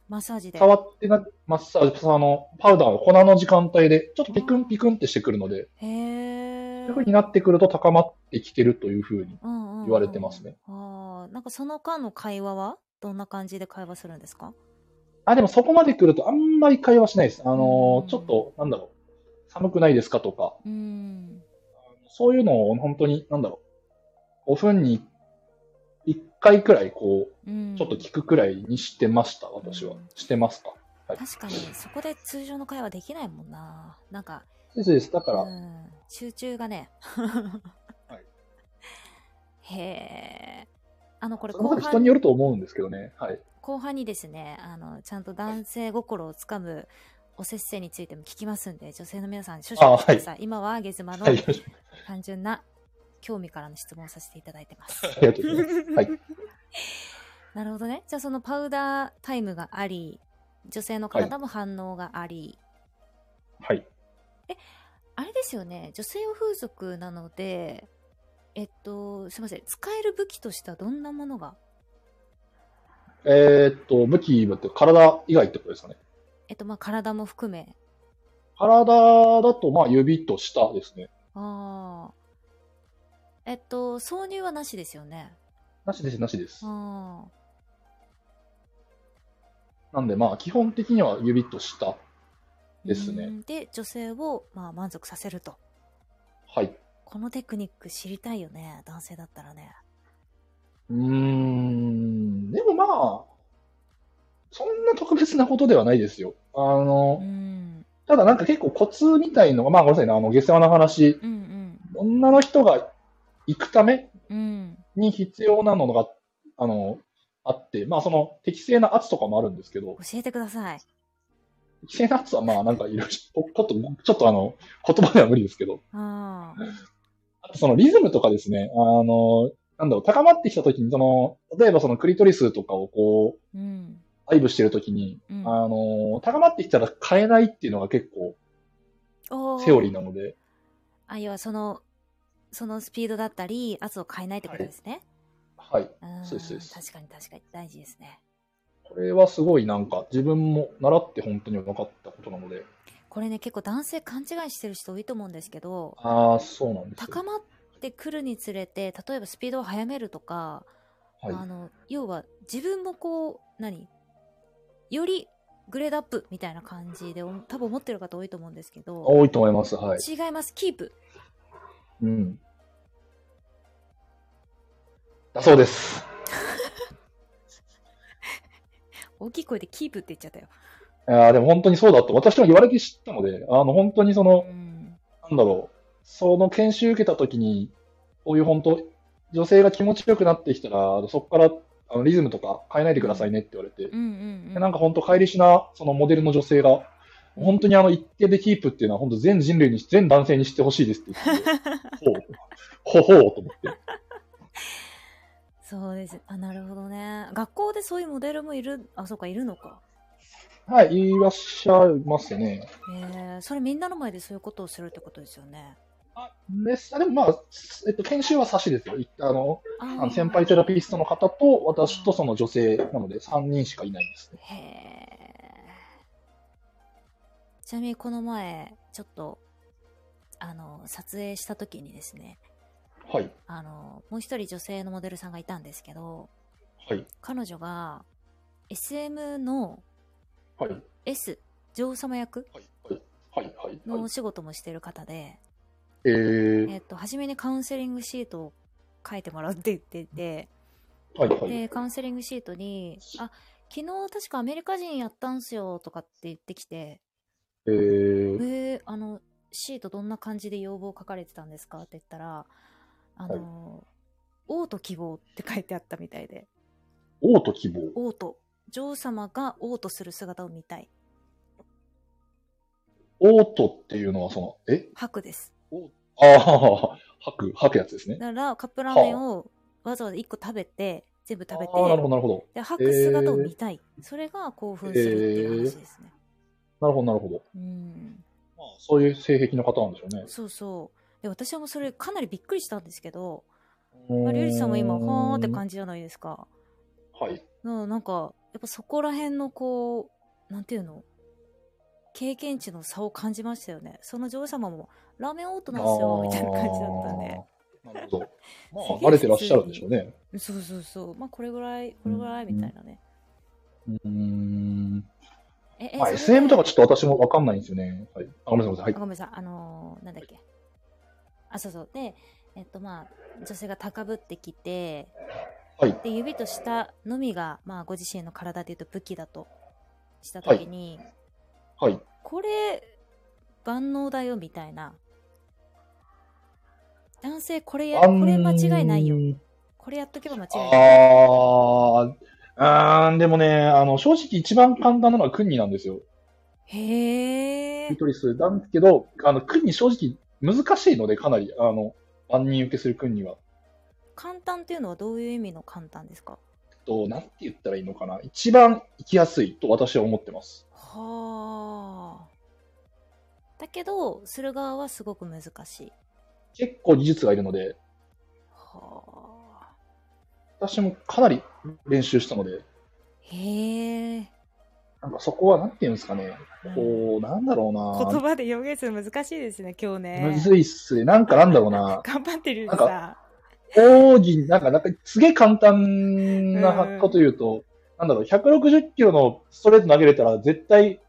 Speaker 1: マッサージで。
Speaker 2: 触ってな、マッサージ、そのパウダーを粉の時間帯で、ちょっとピクンピクンってしてくるので、
Speaker 1: へえ。
Speaker 2: そういう風になってくると高まってきてるという風に
Speaker 1: 言
Speaker 2: 言われてますね。
Speaker 1: ああ、なんかその間の会話はどんな感じで会話するんですか
Speaker 2: あ、でもそこまで来るとあんまり会話しないです。あのー
Speaker 1: うん
Speaker 2: ちょっと、なんだろう。寒くないですかとか、
Speaker 1: うん。
Speaker 2: そういうのを本当に、なんだろう、5分に1回くらい、こう、
Speaker 1: うん。
Speaker 2: ちょっと聞くくらいにしてました、私は。してますか。
Speaker 1: 確かに、そこで通常の会話できないもんな。なんか、
Speaker 2: ですです。だから、
Speaker 1: うん、集中がね。へえ。あの、これ
Speaker 2: その
Speaker 1: 後
Speaker 2: 方人に
Speaker 1: 半、
Speaker 2: よると思うんですけどね。はい。
Speaker 1: 後半にですね、あの、ちゃんと男性心をつかむおせっせについても聞きますんで、女性の皆さん、少々お待ちください。今はゲズマの
Speaker 2: はい。
Speaker 1: 単純な興味からの質問をさせていただいてます。
Speaker 2: ありがとう ございます。はい。
Speaker 1: なるほどね。じゃあそのパウダータイムがあり、女性の体も反応があり、
Speaker 2: はい。
Speaker 1: あれですよね、女性用風俗なので、えっと、すいません、使える武器としてはどんなものが
Speaker 2: えーっと、武器って体以外ってことですかね。
Speaker 1: えっと、まあ、体も含め。
Speaker 2: 体だと、まあ、指と舌ですね。
Speaker 1: ああ。えっと、挿入はなしですよね。
Speaker 2: なしです、なしです。
Speaker 1: ああ。
Speaker 2: なんで、まあ、基本的には指と舌。ですね
Speaker 1: うん。で、女性を、まあ、満足させると。
Speaker 2: はい。
Speaker 1: このテクニック知りたいよね、男性だったらね。
Speaker 2: うーん。でもまあ、そんな特別なことではないですよ。あの、
Speaker 1: うん。
Speaker 2: ただなんか結構コツみたいのが、まあごめんなさいね、あの、下世話な話、
Speaker 1: うん
Speaker 2: 女の人が行くため
Speaker 1: うん。うん。
Speaker 2: に必要なのが、あの、あって、まあその適正な圧とかもあるんですけど、
Speaker 1: 教えてください。
Speaker 2: 適正な圧はまあなんかいろいろ、ちょっと、ちょっとあの、言葉では無理ですけど、
Speaker 1: ああ。
Speaker 2: そのリズムとかですね、あの、なんだろう、高まってきた時に、その、例えばそのクリトリスとかをこう、
Speaker 1: うん。
Speaker 2: 愛撫してる時に、
Speaker 1: うん。
Speaker 2: あの、高まってきたら変えないっていうのが結構セオリー
Speaker 1: の。
Speaker 2: なので、
Speaker 1: あ、要はその、そのスピードだったり、圧を変えないってことですね。
Speaker 2: はい。
Speaker 1: ん
Speaker 2: そうですそうです
Speaker 1: 確かに確かに大事ですね。
Speaker 2: これはすごいなんか自分も習って本当に分かったことなので、
Speaker 1: これね、結構男性勘違いしてる人多いと思うんですけど、
Speaker 2: ああ、そうなんですよ
Speaker 1: 高まってくるにつれて、例えばスピードを速めるとか、
Speaker 2: はい
Speaker 1: あ。の、要は自分もこう、何よりグレードアップみたいな感じで、お多分思ってる方多いと思うんですけど、
Speaker 2: 多いと思います。はい。
Speaker 1: 違います、キープ。
Speaker 2: うん。だそうです。
Speaker 1: 大きい声でキープって言っちゃったよ。
Speaker 2: ああ、でも本当にそうだと、私も言われて知ったので、あの、本当にそうの、
Speaker 1: ん。
Speaker 2: なんだろう、その研修受けた時に、こういう本当、女性が気持ちよくなってきたら、そこから、あの、リズムとか変えないでくださいねって言われて
Speaker 1: う、んうん、う
Speaker 2: で
Speaker 1: ん。
Speaker 2: なんか本当、帰りしな、そのモデルの女性が、本当にあの一定でキープっていうのは、本当全人類に、全男性にしてほしいですって言って、 ほう、ほほうと思って。
Speaker 1: そうです。あ、なるほどね。学校でそういうモデルもいる、あ、そうか、いるのか。
Speaker 2: はい、いらっしゃいますね。
Speaker 1: えー、それみんなの前でそういうことをするってことですよね。
Speaker 2: であでもまあ、えっと、研修は差しですよ。いあの、
Speaker 1: あ
Speaker 2: あ
Speaker 1: ー
Speaker 2: の先輩セラピストの方と、私とその女性なので、3人しかいないんですね。
Speaker 1: へえ。ちなみにこの前、ちょっと、あの、撮影した時にですね、
Speaker 2: はい、
Speaker 1: あの、もう一人女性のモデルさんがいたんですけど、
Speaker 2: はい、
Speaker 1: 彼女が SM の
Speaker 2: はい、はい、
Speaker 1: S、女王様役
Speaker 2: はい、はい、はい。
Speaker 1: の
Speaker 2: は
Speaker 1: お
Speaker 2: い
Speaker 1: 仕事もしてる方で、
Speaker 2: えー
Speaker 1: えっと、初めにカウンセリングシートを書いてもらうって言っていて、
Speaker 2: はい、はい
Speaker 1: で、。カウンセリングシートに、あ、昨日確かアメリカ人やったんすよとかって言ってきて、
Speaker 2: えー
Speaker 1: えー、あの、シートどんな感じで要望書かれてたんですかって言ったら、あの、王と希望って書いてあったみたいで、
Speaker 2: 王と希望。
Speaker 1: 王と、女王様が王とする姿を見たい。
Speaker 2: 王とっていうのは、その、え
Speaker 1: 白です。
Speaker 2: ああ、吐く、吐くやつですね。
Speaker 1: だから、カップラーメンをわざわざ1個食べて、全部食べ
Speaker 2: ああ、なるほ
Speaker 1: て、
Speaker 2: ど、なるほど。
Speaker 1: で吐く姿を見たい。それが興奮するっていう話ですね。
Speaker 2: なるほど、なるほど。
Speaker 1: うん。
Speaker 2: まあ、そういう性癖の方なんでしょうね。
Speaker 1: そうそう。で、私はもうそれかなりびっくりしたんですけど、
Speaker 2: う
Speaker 1: ま
Speaker 2: ー
Speaker 1: あ、
Speaker 2: ん
Speaker 1: リュウジさんも今、はーって感じじゃないですか。
Speaker 2: はい。
Speaker 1: ななんか、やっぱそこら辺のこう、なんていうの経験値の差を感じましたよね。その女王様も、ラーメンオートなんですよ、みたいな感じだったんで。
Speaker 2: あー。なるほど。まあ、慣れてらっしゃるんでしょうね。
Speaker 1: そうそうそう。まあ、これぐらい、これぐらい、みたいなね。
Speaker 2: うーん。
Speaker 1: え、え
Speaker 2: まあ、
Speaker 1: それ
Speaker 2: SM とかちょっと私もわかんないんですよね。はい。あごめんなさい。
Speaker 1: あ
Speaker 2: はい。
Speaker 1: ごめんなさい、あのーなんだっけ。あ、そうそう。で、えっと、まあ、女性が高ぶってきて、
Speaker 2: はい
Speaker 1: で、指と下のみが、まあ、ご自身の体でいうと武器だとしたときに、
Speaker 2: はい。
Speaker 1: これ、万能だよ、みたいな。男性、これや、これ間違いないよ。
Speaker 2: よ。
Speaker 1: これやっとけば間違いない。
Speaker 2: あー。あーん、でもね、あの、正直一番簡単なのはクンニなんですよ。
Speaker 1: へ
Speaker 2: リ
Speaker 1: ー。
Speaker 2: トリスなんですけど、あの、クンニ正直難しいので、かなり、あの、万人受けするクンニは。
Speaker 1: 簡単っていうのはどういう意味の簡単ですか
Speaker 2: と、なんて言ったらいいのかな。一番行きやすいと私は思ってます。
Speaker 1: はあ。だけど、する側はすごく難しい。
Speaker 2: 結構技術がいるので、
Speaker 1: はあ。
Speaker 2: 私もかなり練習したので、
Speaker 1: へえ。
Speaker 2: なんかそこはなんていうんですかね、こう、なんだろう
Speaker 1: 言
Speaker 2: な。
Speaker 1: 葉で表現するの難しいですね、今日ね。
Speaker 2: むずいっすね。なんかなんだろ うな。
Speaker 1: 頑張ってる
Speaker 2: なん
Speaker 1: さ。
Speaker 2: 奥義、なんか、なんか、すげえ簡単
Speaker 1: うん
Speaker 2: なこと言うと、なんだろう、160キロのストレート投げれたら絶対、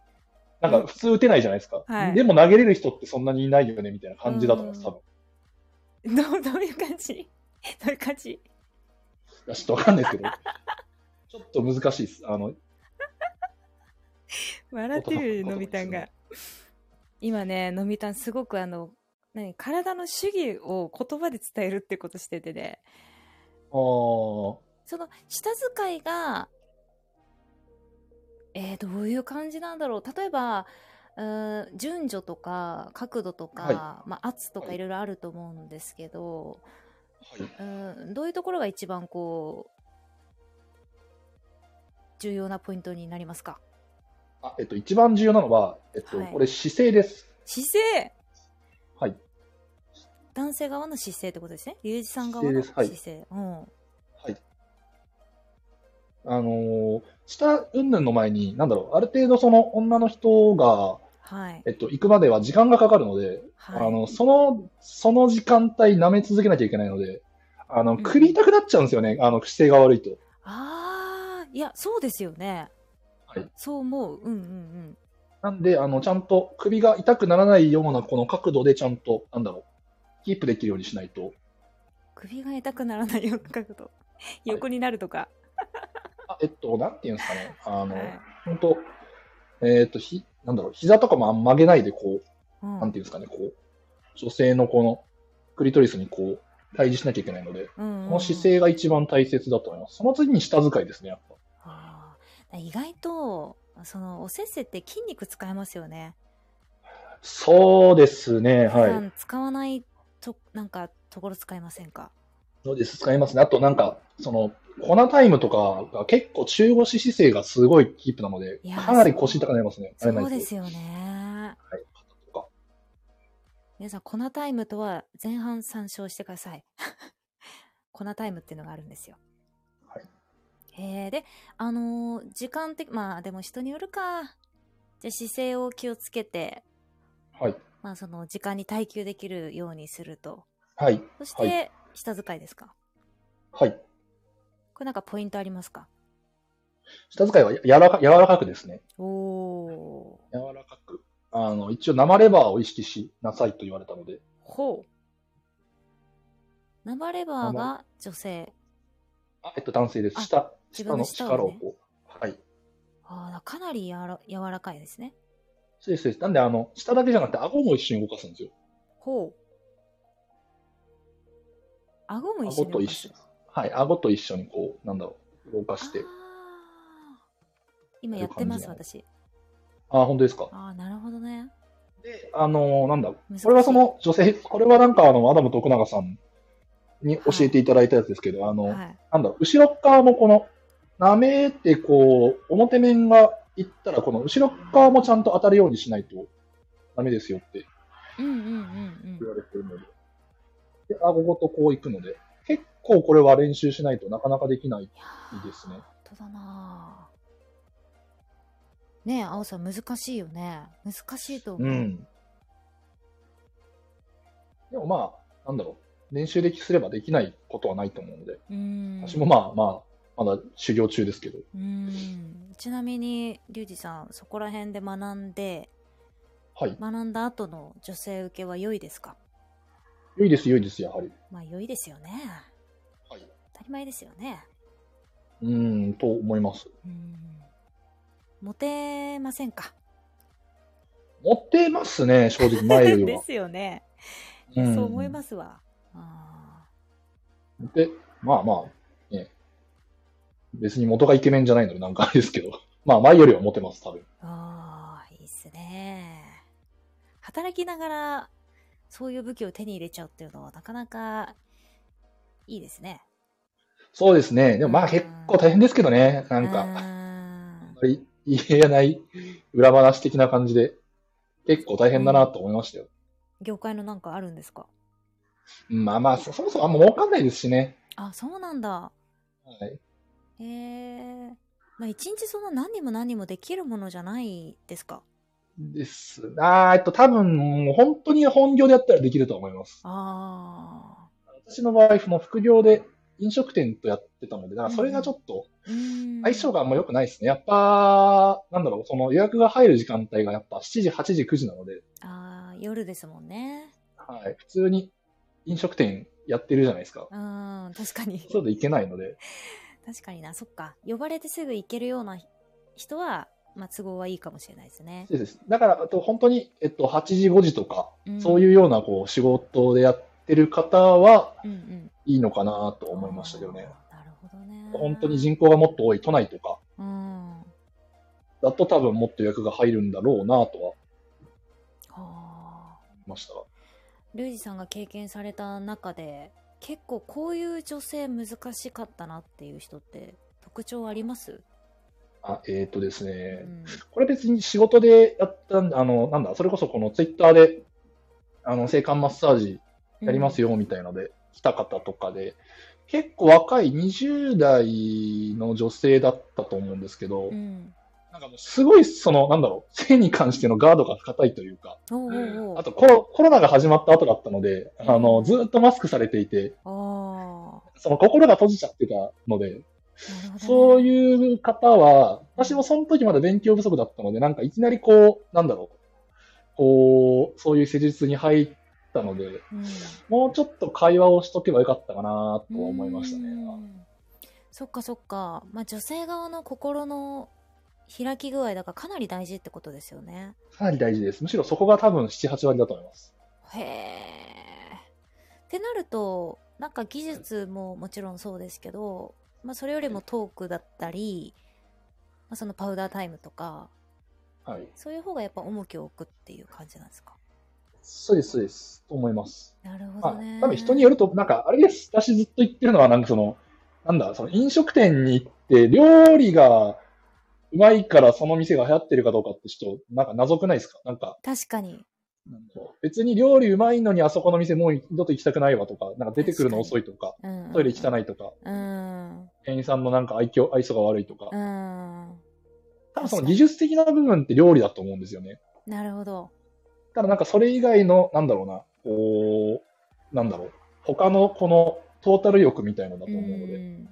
Speaker 2: なんか普通打てないじゃないですか。
Speaker 1: はい
Speaker 2: でも投げれる人ってそんなにいないよね、みたいな感じだと思います、
Speaker 1: うん
Speaker 2: 多分。
Speaker 1: どうどういう感じ どういう感じ
Speaker 2: いやちょっとわかんない ですけど。ちょっと難しいです。あの、
Speaker 1: 笑ってるのみたんが。今ね、のみたんすごくあの、何体の主義を言葉で伝えるってことしててね。
Speaker 2: あー
Speaker 1: その下遣いが、えーどういう感じなんだろう例えばうーん順序とか角度とか、
Speaker 2: は
Speaker 1: まあ、圧とか
Speaker 2: はい
Speaker 1: いろいろあると思うんですけど、
Speaker 2: はいう
Speaker 1: ーんどういうところが一番こう重要なポイントになりますか
Speaker 2: あ、えっと、一番重要なのは、えっと、
Speaker 1: はい
Speaker 2: これ姿勢です。
Speaker 1: 姿勢
Speaker 2: はい
Speaker 1: 男性側の姿勢ってことですねリュウジさん側の姿
Speaker 2: 姿勢
Speaker 1: 勢
Speaker 2: です
Speaker 1: うん、
Speaker 2: あのー下云々の前に、なんだろう、ある程度その女の人が、
Speaker 1: はい
Speaker 2: えっと、行くまでは時間がかかるので、
Speaker 1: はい
Speaker 2: あの、その、その時間帯舐め続けなきゃいけないので、あの、
Speaker 1: ん
Speaker 2: 繰り痛くなっちゃうんですよね、あの、姿勢が悪いと。
Speaker 1: ああいやそうですよね、
Speaker 2: はい
Speaker 1: そう思ううんうんうん
Speaker 2: なんで、あの、ちゃんと首が痛くならないようなこの角度でちゃんと、なんだろう、キープできるようにしないと。
Speaker 1: 首が痛くならないような角度横になるとか、
Speaker 2: あえっと、なんていうんですかね、あの、
Speaker 1: はい
Speaker 2: 本当えっと、ひ、なんだろう、膝とかもあんま曲げないで、こ
Speaker 1: う
Speaker 2: う、
Speaker 1: ん
Speaker 2: なんていうんですかね、こう、女性のこの、クリトリスにこう、対峙しなきゃいけないので、
Speaker 1: うんうんうん
Speaker 2: この姿勢が一番大切だと思います。その次に下遣いですね、やっぱ。
Speaker 1: あー意外とそのおせっせって筋肉使えますよね、
Speaker 2: そうですね、
Speaker 1: 普
Speaker 2: はい。
Speaker 1: 段使わないとなんかところ使えませんか
Speaker 2: そうです、使いますね。あとなんか、その、コナタイムとかが結構中腰姿勢がすごいキープなので
Speaker 1: いや、ー
Speaker 2: かなり腰痛くなりますね。慣
Speaker 1: そ
Speaker 2: れないうと
Speaker 1: ですよね
Speaker 2: はい肩とか
Speaker 1: 皆さん粉タイムとは前半参照してください 粉タイムっていうのがあるんですよ
Speaker 2: はい
Speaker 1: へえであのー時間的まあでも人によるかじゃあ姿勢を気をつけて
Speaker 2: はい。
Speaker 1: まあ、その時間に耐久できるようにすると。
Speaker 2: はい。
Speaker 1: そし
Speaker 2: は
Speaker 1: て、下遣いですか。
Speaker 2: はい。
Speaker 1: これなんかポイントありますか
Speaker 2: 下遣いはや柔らか柔らかくですね。
Speaker 1: おお
Speaker 2: 柔らかく。あの、一応生レバーを意識しなさいと言われたので、
Speaker 1: ー。ほう。ナバレバーが女性。
Speaker 2: あえっと、男性で
Speaker 1: あ
Speaker 2: す。下、
Speaker 1: 自分
Speaker 2: 下
Speaker 1: の
Speaker 2: の
Speaker 1: 下を
Speaker 2: 力を
Speaker 1: ね
Speaker 2: こう。はい。
Speaker 1: ああ、かなりやら柔らかいですね。
Speaker 2: そうです、そうです。なんで、あの、下だけじゃなくて、顎も一緒に動かすんですよ。
Speaker 1: ほう。顎も一緒
Speaker 2: 顎
Speaker 1: に
Speaker 2: と
Speaker 1: 動
Speaker 2: 一
Speaker 1: か
Speaker 2: 緒
Speaker 1: す。。
Speaker 2: はい。顎と一緒にこう、なんだろう、動かして。
Speaker 1: あー今やってます、
Speaker 2: という感
Speaker 1: 私。
Speaker 2: ああ、本当ですか。
Speaker 1: ああ、なるほどね。
Speaker 2: で、あのーなんだ、
Speaker 1: 難しい
Speaker 2: これはその女性、これはなんかあの、アダム徳永さんに教えていただいたやつですけど、あの、
Speaker 1: はい。
Speaker 2: なんだろう、後ろっ側もこの、なめてこう、表面がいったら、この後ろっ側もちゃんと当たるようにしないとダメですよって
Speaker 1: うんうんうんう
Speaker 2: 言
Speaker 1: ん。
Speaker 2: われてるので。で、顎ごとこう行くので、結構これは練習しないとなかなかできない。いいですね
Speaker 1: やー本当だなーねえ、青さん、難しいよね。難しいと思
Speaker 2: う
Speaker 1: う。
Speaker 2: ん。でもまあ、なんだろう、練習できすればできないことはないと思うので、
Speaker 1: うん。
Speaker 2: 私もまあまあ、まだ修行中ですけど、
Speaker 1: うん。ちなみに、リュウジさん、そこら辺で学んで、
Speaker 2: はい。
Speaker 1: 学んだ後の女性受けは良いですか
Speaker 2: 良いです、良いです、やはり。
Speaker 1: まあ良いですよね。
Speaker 2: はい。
Speaker 1: 当たり前ですよね。
Speaker 2: うーん、と思います。
Speaker 1: うん。モテませんか
Speaker 2: モテますね、正直、前よ り
Speaker 1: で
Speaker 2: は。
Speaker 1: すよね。
Speaker 2: ん
Speaker 1: そう思いますわ。あ
Speaker 2: で、まあまあ、ね。別に元がイケメンじゃないのでなんかあれですけど。 まあ、前よりはモテます、多分。
Speaker 1: ーあー、いいっすね。働きながら、そういう武器を手に入れちゃうっていうのは、なかなか、いいですね。
Speaker 2: そうですね。でもまあ
Speaker 1: うん
Speaker 2: 結構大変ですけどね。なん
Speaker 1: う
Speaker 2: か、
Speaker 1: ーん
Speaker 2: あまり言えない裏話的な感じで、結構大変だなと思いましたよ。
Speaker 1: 業界のなんかあるんですか
Speaker 2: うんまあまあ、そそもそもあんま儲かんないですしね。
Speaker 1: あ、そうなんだ。
Speaker 2: はい。
Speaker 1: へえ。まあ、一日そんな何にも何にもできるものじゃないですか。
Speaker 2: です。あーえっと、多分、もう本当に本業でやったらできると思います。
Speaker 1: あ
Speaker 2: 私の場合、その副業で飲食店とやってたので、だからそれがちょっと
Speaker 1: あ。うーん
Speaker 2: 相性があんま良くないですね。やっぱ、なんだろう、その予約が入る時間帯がやっぱ7時、8時、9時なので、
Speaker 1: ああ、夜ですもんね。
Speaker 2: はい。普通に飲食店やってるじゃないですか。
Speaker 1: うん、確かに。
Speaker 2: そうでいけないので、
Speaker 1: 確かにな、そっか。呼ばれてすぐ行けるような人は、まあ、都合はいいかもしれないですね。、
Speaker 2: そうです。だから、あと本当に、えっと、8時、5時とか、そういううようなこう仕事でやってる方は
Speaker 1: うんうん、
Speaker 2: いいのかなと思いましたけどね。
Speaker 1: あー。なるほどね。
Speaker 2: 本当に人口がもっと多い都内とか
Speaker 1: うん。あ
Speaker 2: だと多分もっと予約が入るんだろうなとは思
Speaker 1: あー。
Speaker 2: いました。
Speaker 1: ルージさんが経験された中で、結構こういう女性難しかったなっていう人って特徴あります、
Speaker 2: あえっ、とです
Speaker 1: う
Speaker 2: ね、
Speaker 1: ん、
Speaker 2: これ別に仕事でやったんあの、なんだ、それこそこのツイッターで、あの、性感マッサージやります
Speaker 1: よ。
Speaker 2: よみたいので、来た方とかで、結構若い20代の女性だったと思うんですけど、
Speaker 1: うん。
Speaker 2: なんかもうすごいその、なんだろう、性に関してのガードが硬いというか、
Speaker 1: おうおうおう
Speaker 2: あとコロコロナが始まった後だったので、
Speaker 1: うん
Speaker 2: あの、ずっとマスクされていて、
Speaker 1: あ
Speaker 2: その心が閉じちゃってたので、
Speaker 1: あ。なるほど、ね。
Speaker 2: そ
Speaker 1: う。
Speaker 2: ういう方は、私もその時まだ勉強不足だったので、なんかいきなりこう、なんだろう、こう、そういう施術に入ったので、
Speaker 1: ん、
Speaker 2: もうちょっと会話をしとけばよかったかなとは思いました
Speaker 1: う
Speaker 2: ね。
Speaker 1: ん。そっかそっか。まあ女性側の心の開き具合だからかなり大事ってことですよね。
Speaker 2: かなり大事です。むしろそこが多分7、8割だと思います。
Speaker 1: へえ。ってなると、なんか技術ももちろんそうですけど、まあそれよりもトークだったり、まあそのパウダータイムとか、
Speaker 2: はい。
Speaker 1: そういう方がやっぱ重きを置くっていう感じなんですか。
Speaker 2: そうです、そうです。と思います。
Speaker 1: なるほ
Speaker 2: まあ
Speaker 1: どね。、
Speaker 2: 多分人によると、なんか、あれです。私ずっと言ってるのは、なんかその、なんだ、その飲食店に行って、料理がうまいからその店が流行ってるかどうかってちょっと、なんか謎くないですかなんか、
Speaker 1: 確かに。
Speaker 2: なんだろう別に料理うまいのにあそこの店もう二度と行きたくないわとか、なんか出てくるの遅いとか、
Speaker 1: うん、
Speaker 2: トイレ汚いとか、
Speaker 1: い。うん。
Speaker 2: 店員さんのなんか愛嬌、愛想が悪いとか
Speaker 1: う、ん。
Speaker 2: 多分その技術的な部分って料理だと思うんですよね。
Speaker 1: なるほど。
Speaker 2: ただなんかそれ以外の、なんだろうな、こう、なんだろう、他のこのトータル欲みたいのだと思うので、
Speaker 1: ん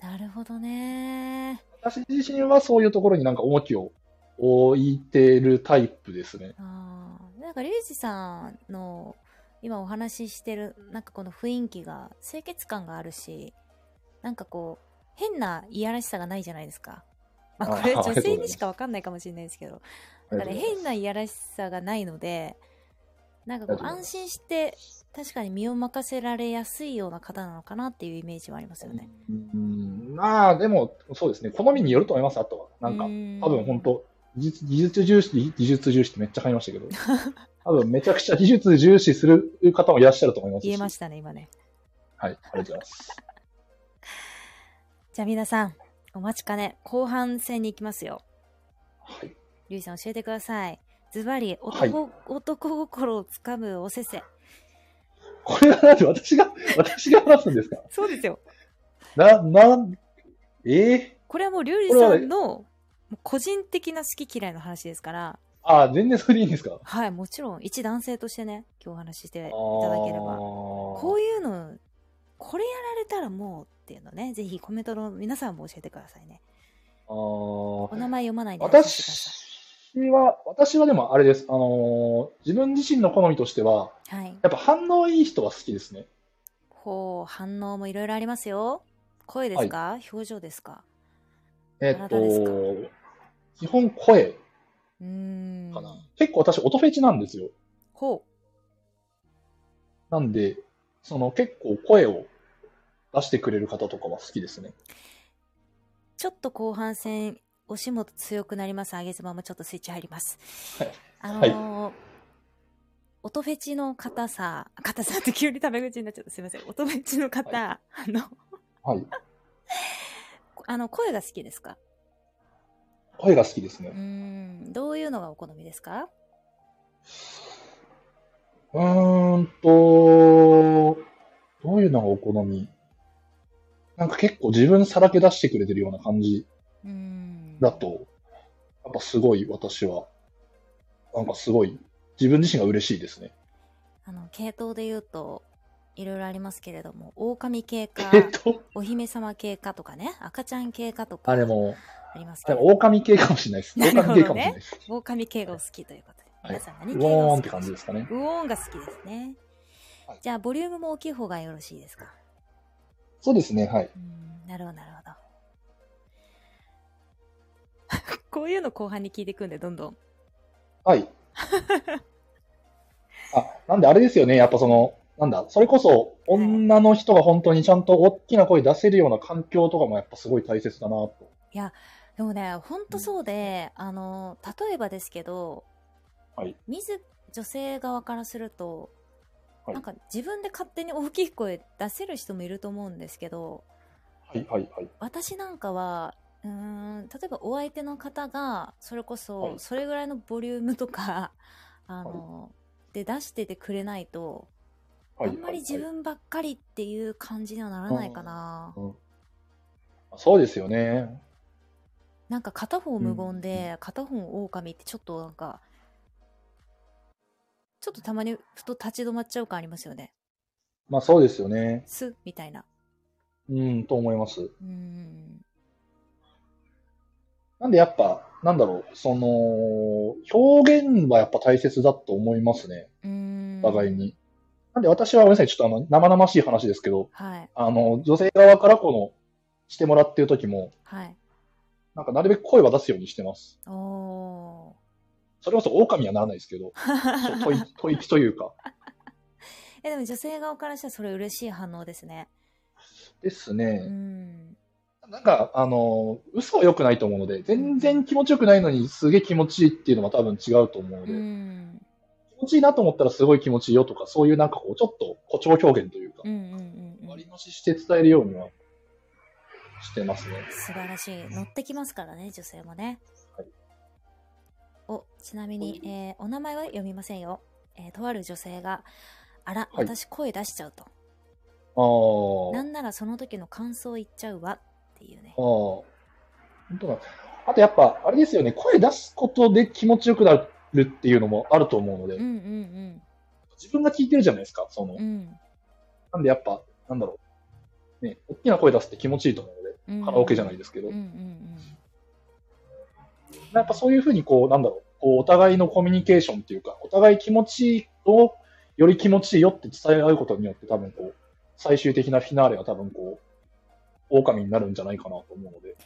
Speaker 1: なるほどね。
Speaker 2: 私自身はそういうところになんか重きを置いてるタイプですね。
Speaker 1: あーなんか、リュウジさんの今お話ししてる、なんかこの雰囲気が清潔感があるし、なんかこう、変ないやらしさがないじゃないですか。まあ、
Speaker 2: あ
Speaker 1: これ
Speaker 2: あり
Speaker 1: 女
Speaker 2: がとうござい
Speaker 1: 性
Speaker 2: ます
Speaker 1: にしかわかんないかもしれないですけど、
Speaker 2: あ
Speaker 1: だか
Speaker 2: りが
Speaker 1: ら
Speaker 2: とうござい
Speaker 1: 変
Speaker 2: ま
Speaker 1: な
Speaker 2: す
Speaker 1: いやらしさがないので、なんかこ
Speaker 2: ありが
Speaker 1: とう
Speaker 2: うござい
Speaker 1: 安
Speaker 2: ます
Speaker 1: 心して、確かに身を任せられやすいような方なのかなっていうイメージはありますよね。
Speaker 2: うんまあでもそうですね、好みによると思います、あとは。なんか、多分本
Speaker 1: 当
Speaker 2: 当技術技術重視、技技術重視ってめっちゃ入りましたけど、 多分めちゃくちゃ技術重視する方もいらっしゃると思いますし。
Speaker 1: 言えましたね、今ね。
Speaker 2: はい、ありがとうございます。
Speaker 1: じゃあ皆さん、お待ちかね、後半戦に行きますよ。
Speaker 2: はい、
Speaker 1: リュウジさん教えてください。ズバリ、
Speaker 2: はい
Speaker 1: 男、男心をつかむおせせ。
Speaker 2: これはなんで 私が、私が話すんですか
Speaker 1: そうですよ。
Speaker 2: な、なん、ええ
Speaker 1: これはもうリュウジさんのもう個人的な好き嫌いの話ですから、
Speaker 2: ああ、全然それでいいんですか
Speaker 1: はい、もちろん、一男性としてね、今日お話ししてい
Speaker 2: い
Speaker 1: ただければ。こ
Speaker 2: ば。
Speaker 1: ういうの、これやられたらもうっていうのね、ぜひコメントの皆さんも教えてくださいね。
Speaker 2: あー
Speaker 1: お名前読まないで話してくださ
Speaker 2: 私は、私はでもあれです。あのー自分自身の好みとしては、
Speaker 1: い。はい。
Speaker 2: やっぱ反応いい人が好きですね。
Speaker 1: ほう、反応もいろいろありますよ。声ですか、表情ですか
Speaker 2: えっ
Speaker 1: 体ですか
Speaker 2: と、基本声
Speaker 1: うーん。
Speaker 2: かな。結構私音フェチなんですよ。
Speaker 1: ほう。
Speaker 2: なんで、その結構声を出してくれる方とかは好きですね。
Speaker 1: ちょっと後半戦、押しも強くなります。上げ妻もちょっとスイッチ入ります。
Speaker 2: はい
Speaker 1: あのー音フェチの方さ、方さって急にタメ口になっちゃった。すいません。音フェチの方、あの、
Speaker 2: はい。
Speaker 1: あの、声が好きですか
Speaker 2: 声が好きです
Speaker 1: うー
Speaker 2: ね。
Speaker 1: ん。どういうのがお好みですか
Speaker 2: うーんと、どういうのがお好みなんか結構自分さらけ出してくれてるような感じ
Speaker 1: うーん。
Speaker 2: だと、やっぱすごい私は、なんかすごい自分自身が嬉しいですね。
Speaker 1: あの、系統で言うと、いろいろありますけれども、狼系 か、
Speaker 2: えっと、
Speaker 1: お姫様系かとかね、赤ちゃん系かとか、
Speaker 2: あれも、
Speaker 1: ありますけ
Speaker 2: で
Speaker 1: ど、
Speaker 2: も狼系かもしれないです。
Speaker 1: なるほど
Speaker 2: 狼
Speaker 1: ね
Speaker 2: 系かもしれな いです。
Speaker 1: 狼系がお好きということで、
Speaker 2: はい
Speaker 1: 皆さん何
Speaker 2: う
Speaker 1: 系がお
Speaker 2: おーん
Speaker 1: 好
Speaker 2: っ
Speaker 1: きです
Speaker 2: て
Speaker 1: か
Speaker 2: 感じですかね。
Speaker 1: うおーんが好きですね
Speaker 2: はい。
Speaker 1: じゃあ、ボリュームも大きい方がよろしいですか
Speaker 2: そうですね、はい。
Speaker 1: うん、なるほど、な るほど。こういうの後半に聞いていくんで、どんどん。
Speaker 2: はい。あ、なんであれですよね。やっぱその、なんだ、それこそ女の人が本当にちゃんと大きな声出せるような環境とかもやっぱすごい大切だなと。
Speaker 1: でもね、ほんとそうで、あの、例えばですけど、
Speaker 2: はい
Speaker 1: 見ず女性側からすると、
Speaker 2: はい
Speaker 1: なんか自分で勝手に大きい声出せる人もいると思うんですけど、
Speaker 2: はいはいはい。
Speaker 1: 私なんかは、うーん、例えばお相手の方が、それこ
Speaker 2: は
Speaker 1: そ、
Speaker 2: い
Speaker 1: それぐらいのボリュームとか、 あの、で出しててくれないと、
Speaker 2: はい
Speaker 1: あんまり自
Speaker 2: はいはい
Speaker 1: 分ばっかりっていう感じにはならないかな。
Speaker 2: そうですよね。
Speaker 1: なんか片方無言で、片方狼ってちょっとなんか、ちょっとたまにふと立ち止まっちゃう感ありますよね。
Speaker 2: まあそうですよね。
Speaker 1: すみたいな。
Speaker 2: うん、と思います。
Speaker 1: うーん。
Speaker 2: なんでやっぱ、なんだろう、その、表現はやっぱ大切だと思いますね。
Speaker 1: うーん。
Speaker 2: お互い。に。なんで私はごめんなさい、ちょっとあの、生々しい話ですけど、
Speaker 1: はい。
Speaker 2: あの、女性側からこの、してもらってる時も、
Speaker 1: はい。
Speaker 2: なんかなるべく声は出すようにしてます。
Speaker 1: お
Speaker 2: それこそ狼にはならないですけど、 そう
Speaker 1: ー。
Speaker 2: 吐息吐息というか。
Speaker 1: え、でも女性側からしたらそれ嬉しい反応ですね。
Speaker 2: です
Speaker 1: う
Speaker 2: ね。
Speaker 1: ん。
Speaker 2: なんか、あの、嘘は良くないと思うので、全然気持ちよくないのにすげえ気持ちいいっていうのは多分違うと思うの
Speaker 1: う
Speaker 2: で、
Speaker 1: ん。
Speaker 2: 気持ちいいなと思ったらすごい気持ちいいよとか、そういうなんかこう、ちょっと誇張表現というか
Speaker 1: うんう、んうんうん
Speaker 2: 割り増しして伝えるようにはしてますね。
Speaker 1: 素晴らしい乗ってきますからね女性もね、
Speaker 2: はい
Speaker 1: おちなみに、えーお名前は読みませんよ、えーとある女性があら、
Speaker 2: はい
Speaker 1: 私声出しちゃうと
Speaker 2: ああ。
Speaker 1: なんならその時の感想言っちゃうわっていうね
Speaker 2: ああ。本当だ。あとやっぱ、あれですよね、声出すことで気持ちよくなるっていうのもあると思うので、
Speaker 1: うんうん
Speaker 2: 自分が聞いてるじゃないですか、その
Speaker 1: うんう。ん
Speaker 2: なんでやっぱ、なんだろう。ね、大きな声出すって気持ちいいと思うので、
Speaker 1: うん
Speaker 2: カラオケじゃないいですけど、
Speaker 1: うんうんうん
Speaker 2: やっぱそういうふうにこう、なんだろう、こうお互いのコミュニケーションっていうか、お互い気持ちいいをより気持ちいいよって伝え合うことによって多分こう、最終的なフィナーレは多分こう、狼になるんじゃないかなと思うので、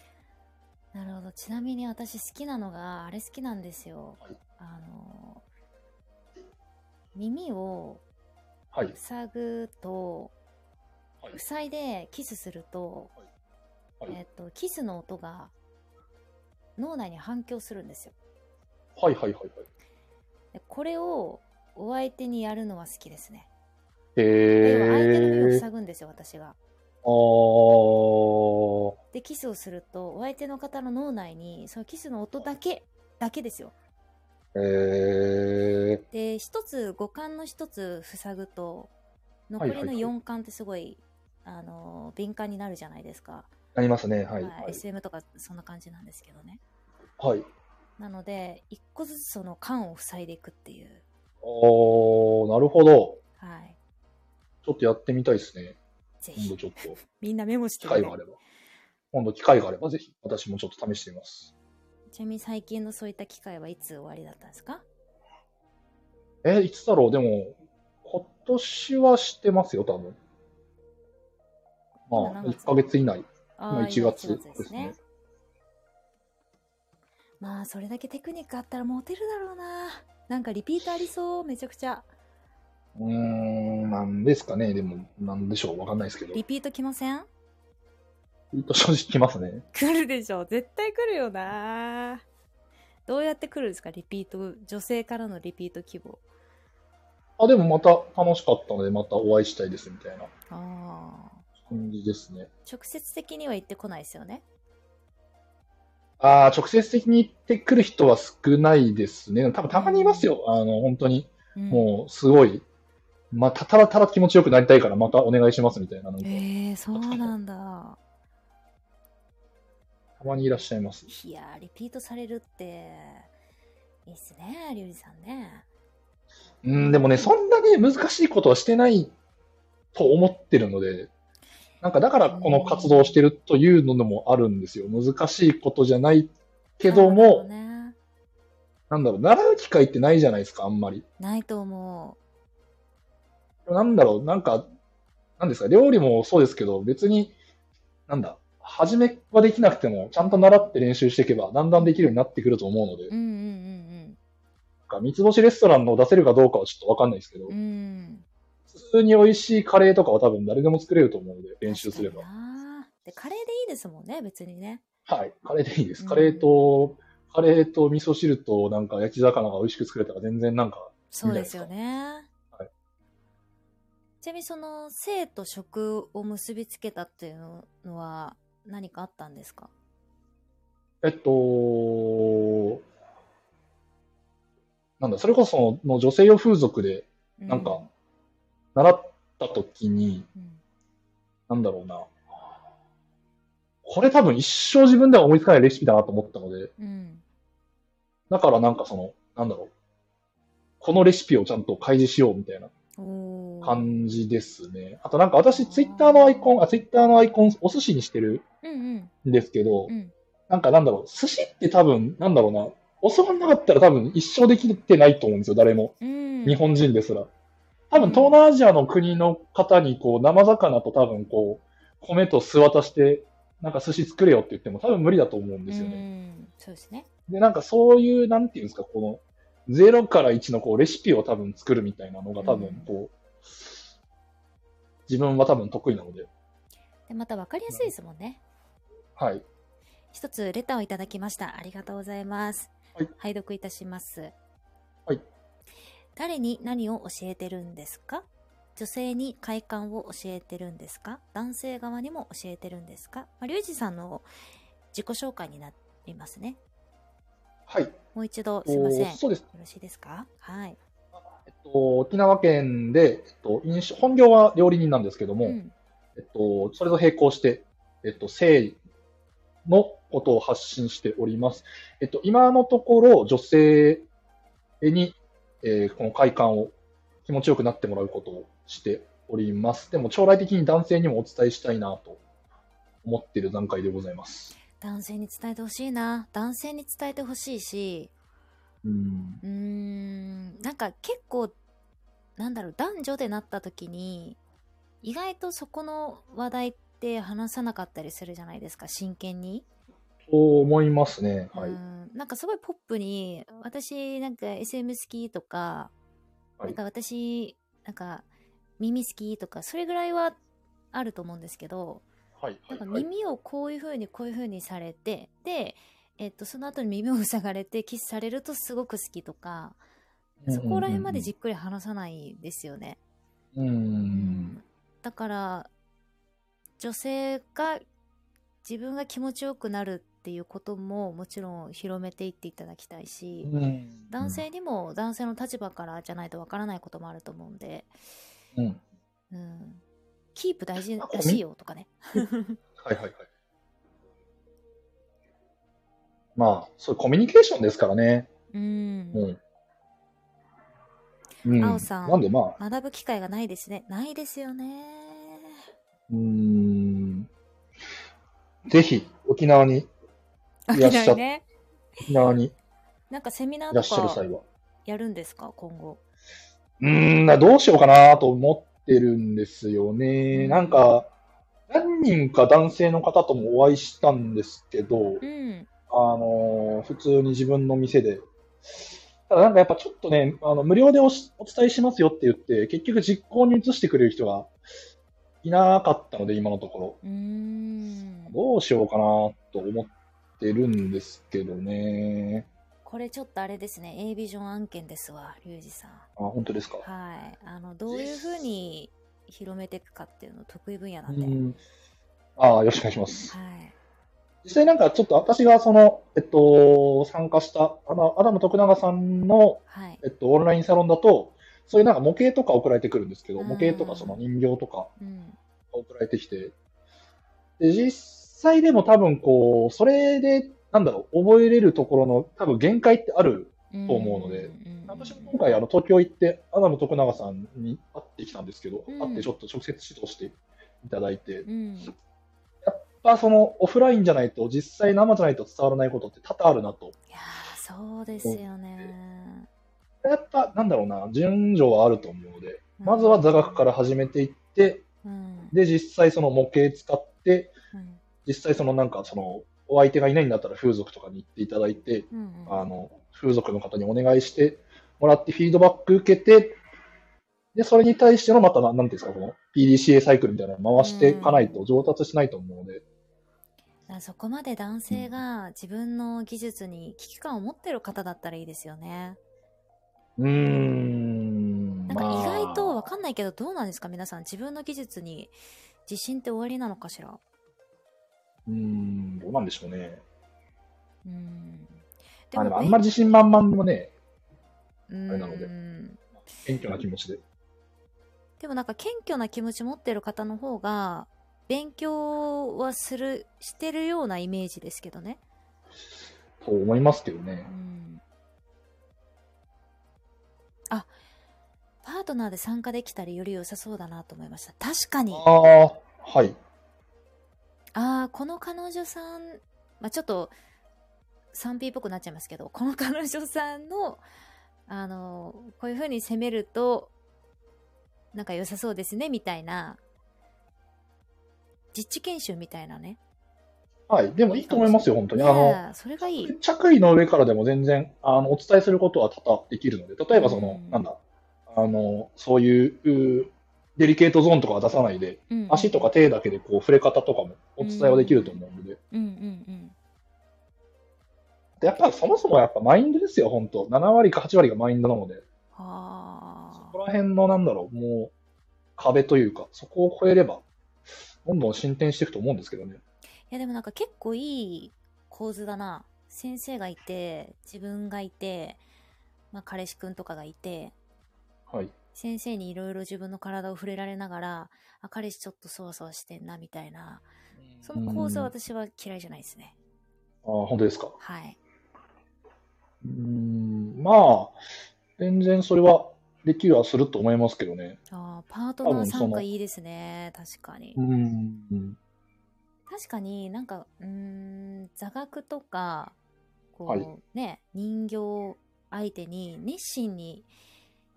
Speaker 1: なるほどちなみに私好きなのがあれ好きなんですよ、
Speaker 2: はい
Speaker 1: あの耳を
Speaker 2: はい。
Speaker 1: 塞ぐと
Speaker 2: はい
Speaker 1: 塞いでキスすると、
Speaker 2: はいはい
Speaker 1: えっとキスの音が脳内に反響するんですよ
Speaker 2: はいはいはいはい。
Speaker 1: でこれをお相手にやるのは好きですね、要は相手の
Speaker 2: へ
Speaker 1: 目を
Speaker 2: え。
Speaker 1: 塞ぐんですよ私が
Speaker 2: あー
Speaker 1: でキスをするとお相手の方の脳内にそのキスの音だけだけですよ
Speaker 2: えー、
Speaker 1: で一つ五感の一つ塞ぐと
Speaker 2: い
Speaker 1: 残
Speaker 2: はい
Speaker 1: りの
Speaker 2: はい
Speaker 1: 四感ってすごい、あの敏感になるじゃないですか、
Speaker 2: なりますね。はい。は
Speaker 1: まあ
Speaker 2: い。
Speaker 1: SM とかそんな感じなんですけどね
Speaker 2: はい、
Speaker 1: なので、一個ずつその缶を塞いでいくっていう。
Speaker 2: おーなるほど。
Speaker 1: はい。
Speaker 2: ちょっとやってみたいですね。
Speaker 1: ぜ
Speaker 2: 今度
Speaker 1: ひ、
Speaker 2: ちょっと、
Speaker 1: みんなメモして
Speaker 2: 機
Speaker 1: る
Speaker 2: 会
Speaker 1: ね
Speaker 2: があれば。今度機会があればぜひ、私もちょっと試してみます。
Speaker 1: ちなみに最近のそういった機会はいつ終わりだったんですか
Speaker 2: えーいつだろうでも、今年はしてますよ、多分。まあ、
Speaker 1: 今何月
Speaker 2: 1ヶ月以内。
Speaker 1: あ
Speaker 2: まあ、
Speaker 1: ー
Speaker 2: 1月ですね。
Speaker 1: まあそれだけテクニックあったらモテるだろうななんかリピートありそうめちゃくちゃ
Speaker 2: うーん、なんですかね。でも、なんでしょう。わかんないですけど。
Speaker 1: リピート来ません
Speaker 2: 割と正直きますね。
Speaker 1: 来るでしょ絶対来るよなどうやって来るんですかリピート女性からのリピート希望
Speaker 2: あ、でもまた楽しかったので、またお会いしたいです、みたいな
Speaker 1: ああ
Speaker 2: 感じですね。
Speaker 1: 直接的には言ってこないですよね
Speaker 2: ああ、直接的に行ってくる人は少ないですね。多分たまにいますよ。あの、本当に。
Speaker 1: うん
Speaker 2: もう、すごい。まあ、たたらたら気持ちよくなりたいから、またお願いします、みたいな。なんか
Speaker 1: ええそうなんだ
Speaker 2: たまにいらっしゃいます。
Speaker 1: いやーリピートされるっていいっすねりゅうりさんね
Speaker 2: うん、でもね、そんなに難しいことはしてないと思ってるので、なんかだからこの活動をしてるというのもあるんですよ。難しいことじゃないけど
Speaker 1: なるほ
Speaker 2: も、
Speaker 1: ね
Speaker 2: なんだろう、習う機会ってないじゃないですか、あんまり。
Speaker 1: ないと思
Speaker 2: なんだろう、なんか、なんですか、料理もそうですけど、別に、なんだ、初めはできなくても、ちゃんと習って練習していけば、だんだんできるようになってくると思うので、
Speaker 1: う。うんうん
Speaker 2: なんか三つ星レストランの出せるかどうかはちょっとわかんないですけど、
Speaker 1: うんうん。うん。
Speaker 2: 普通に美味しいカレーとかは多分誰でも作れると思うので、練習すれば
Speaker 1: 確。かになで、カレーでいいですもんね、別にね。
Speaker 2: はい、カレーでいいです。
Speaker 1: うん
Speaker 2: カレーと、カレーと味噌汁となんか焼き魚が美味しく作れたら全然なんか、
Speaker 1: そうですよね。
Speaker 2: はい
Speaker 1: ちなみにその、生と食を結びつけたっていうのは何かあったんですか
Speaker 2: えっと、なんだ、それこその女性用風俗でなんか、習った時に、
Speaker 1: うん
Speaker 2: なんだろうな。これ多分一生自分では思いつかないレシピだなと思ったので、
Speaker 1: うん。
Speaker 2: だからなんかその、なんだろう。このレシピをちゃんと開示しようみたいな
Speaker 1: うん、おー
Speaker 2: 感じですね。あとなんか私ツイッターのアイコン、あ、ツイッターのアイコンお寿司にしてる
Speaker 1: うんうん。
Speaker 2: んですけど、
Speaker 1: うん。
Speaker 2: なんかなんだろう、寿司って多分、なんだろうな、教わんなかったら多分一生できてないと思うんですよ、誰も。
Speaker 1: うん。
Speaker 2: 日本人ですら。多分東南アジアの国の方にこう生魚と多分こう米と酢渡してなんか寿司作れよって言っても多分無理だと思うんですよ
Speaker 1: う
Speaker 2: ね。
Speaker 1: ん。そうですね。
Speaker 2: で、なんかそういうなんていうんですか、この0から1のこうレシピを多分作るみたいなのが多分こう自分は多分得意なので、
Speaker 1: で、また分かりやすいですもんね。
Speaker 2: はい。
Speaker 1: 一つレターをいただきました。ありがとうございます。
Speaker 2: はい
Speaker 1: 拝読いたします。
Speaker 2: はい。
Speaker 1: 誰に何を教えてるんですか女性に快感を教えてるんですか男性側にも教えてるんですかまあ、リュウジさんの自己紹介になりますね。
Speaker 2: はい。
Speaker 1: もう一度すいません。
Speaker 2: お
Speaker 1: よ
Speaker 2: そうです。
Speaker 1: ろしいですかはい。
Speaker 2: えっと、沖縄県で、えっと、飲酒本業は料理人なんですけども、
Speaker 1: うん。
Speaker 2: えっと、それと並行して、えっと、性のことを発信しております。えっと、今のところ女性に、えーこの快感を気持ちよくなってもらうことをしております。でも将来的に男性にもお伝えしたいなと思っている段階でございます。
Speaker 1: 男性に伝えてほしいな。男性に伝えてほしいし、
Speaker 2: うん。
Speaker 1: うーんなんか結構なんだろう男女でなった時に意外とそこの話題って話さなかったりするじゃないですか真剣に、。
Speaker 2: と思いますね。はいう
Speaker 1: んなんかすごいポップに私なんか SM 好きとか、
Speaker 2: はい
Speaker 1: なんか私なんか耳好きとかそれぐらいはあると思うんですけど
Speaker 2: はい。
Speaker 1: なんか
Speaker 2: はい
Speaker 1: 耳をこういう風にこういう風にされて、で、えっと、その後に耳を塞がれてキスされるとすごく好きとか、
Speaker 2: うんうんう
Speaker 1: そ
Speaker 2: ん
Speaker 1: こら辺までじっくり話さないですよね。
Speaker 2: うん。
Speaker 1: だから、女性が自分が気持ちよくなるっていうことももちろん広めていっていただきたいし、
Speaker 2: うん
Speaker 1: 男性にも男性の立場からじゃないとわからないこともあると思うんで、
Speaker 2: うん。
Speaker 1: うん、キープ大事らしいよとかね。
Speaker 2: はいはいはい。まあ、そうコミュニケーションですからね。
Speaker 1: うん。
Speaker 2: うん。うん、
Speaker 1: 青さん
Speaker 2: なんでまあ、
Speaker 1: 学ぶ機会がないですね。ないですよね。
Speaker 2: うーん。ぜひ、沖縄に、いらっしゃ
Speaker 1: 沖縄にね。
Speaker 2: 沖縄にい
Speaker 1: なんかセミナー
Speaker 2: ら
Speaker 1: と
Speaker 2: っしゃる
Speaker 1: か
Speaker 2: 際は。
Speaker 1: やるんですか、今後。
Speaker 2: うーん、だどうしようかなと思ってるんですよね。なんか、何人か男性の方ともお会いしたんですけど、
Speaker 1: うん。
Speaker 2: あのー普通に自分の店で。ただなんかやっぱちょっとね、あの無料でおしお伝えしますよって言って、結局実行に移してくれる人がいなかったので、今のところ。
Speaker 1: うーん。
Speaker 2: どうしようかなと思ってるんですけどね。
Speaker 1: これちょっとあれですね、A ビジョン案件ですわ、リュウジさん。
Speaker 2: あ、本当ですか。
Speaker 1: はい。あの、どういうふうに広めていくかっていうの得意分野な
Speaker 2: うん
Speaker 1: で。
Speaker 2: ん。ああ、よろしくお願いします。
Speaker 1: はい。
Speaker 2: 実際なんかちょっと私がその、えっと、参加した、あの、アダム徳永さんの、
Speaker 1: はい。
Speaker 2: えっと、オンラインサロンだと、そういうなんか模型とか送られてくるんですけど、
Speaker 1: うん
Speaker 2: 模型とかその人形とか
Speaker 1: うん。
Speaker 2: 送られてきて、で、実際でも多分こう、それで、なんだろう、覚えれるところの多分限界ってある。と思うので
Speaker 1: んんんん
Speaker 2: 私も今回あの、東京行って、アダム徳永さんに会ってきたんですけど、
Speaker 1: うん
Speaker 2: 会ってちょっと直接指導していただいて、
Speaker 1: うん。
Speaker 2: まあその、オフラインじゃないと、実際生じゃないと伝わらないことって多々あるなと。
Speaker 1: いやーそうですよね。。
Speaker 2: やっぱ、なんだろうな、順序はあると思うので、まずは座学からら始めていって、
Speaker 1: うん。
Speaker 2: で、実際その模型使って、
Speaker 1: うん。
Speaker 2: 実際そのなんかその、お相手がいないんだったら風俗とかに行っていただいて、
Speaker 1: うんうん
Speaker 2: あの、風俗の方にお願いしてもらってフィードバック受けて、で、それに対してのまた、ななんていうんですか、この PDCA サイクルみたいなのを回していかないと上達しないと思うので、
Speaker 1: だからそこまで男性が自分の技術に危機感を持ってる方だったらいいですよね。
Speaker 2: うーん、
Speaker 1: なんか意外とわ
Speaker 2: まあ
Speaker 1: かんないけど、どうなんですか皆さん。自分の技術に自信って終わりなのかしら
Speaker 2: うーん、どうなんでしょうね。
Speaker 1: うん。
Speaker 2: まあでもあんまり自信満々もね、
Speaker 1: り
Speaker 2: あれなので謙虚な気持ちで。
Speaker 1: でもなんか謙虚な気持ち持ってる方の方が、勉強はする、してるようなイメージですけどね。
Speaker 2: と思いますけど
Speaker 1: う
Speaker 2: ね。
Speaker 1: ん。あ、パートナーで参加できたらより良さそうだなと思いました。確かに。
Speaker 2: ああ、はい。
Speaker 1: ああ、この彼女さん、まあ、ちょっと、賛否っぽくなっちゃいますけど、この彼女さんの、あの、こういう風に攻めると、なんか良さそうですね、みたいな、実地研修みたいなね。
Speaker 2: はい。でもいいと思いますよ、本当に。あの、
Speaker 1: ねえそれがいい。
Speaker 2: 着衣の上からでも全然、あの、お伝えすることは多々できるので、例えばその、
Speaker 1: うん
Speaker 2: なんだ、あの、そういう、うデリケートゾーンとかは出さないで、
Speaker 1: うん
Speaker 2: 足とか。手だけでこう、触れ方とかもお伝えはできると思うので。
Speaker 1: うんうんうん。
Speaker 2: でやっぱそもそもやっぱマインドですよ、本当7割か8割がマインドなので、そ
Speaker 1: あ
Speaker 2: こ
Speaker 1: あ。
Speaker 2: ら辺のなんだろう、もう、壁というか、そこを越えれば、どんどん進展していくと思うんですけどね。
Speaker 1: いやでもなんか結構いい構図だな。先生がいて、自分がいて、まあ彼氏くんとかがいて、
Speaker 2: はい。
Speaker 1: 先生にいろいろ自分の体を触れられながら、あ、彼氏ちょっとそわそわしてんな、みたいな。その構図は
Speaker 2: うん
Speaker 1: 私は嫌いじゃないですね。
Speaker 2: あー本当ですか。
Speaker 1: はい。
Speaker 2: うーんまあ、全然それはできはすると思いますけどね。
Speaker 1: あーパートナー
Speaker 2: 多分そ
Speaker 1: 参
Speaker 2: の
Speaker 1: 加いいですね。確かに。
Speaker 2: ん。
Speaker 1: 確かになんか、うーん、座学とか、こう、
Speaker 2: はい
Speaker 1: ね、人形相手に熱心に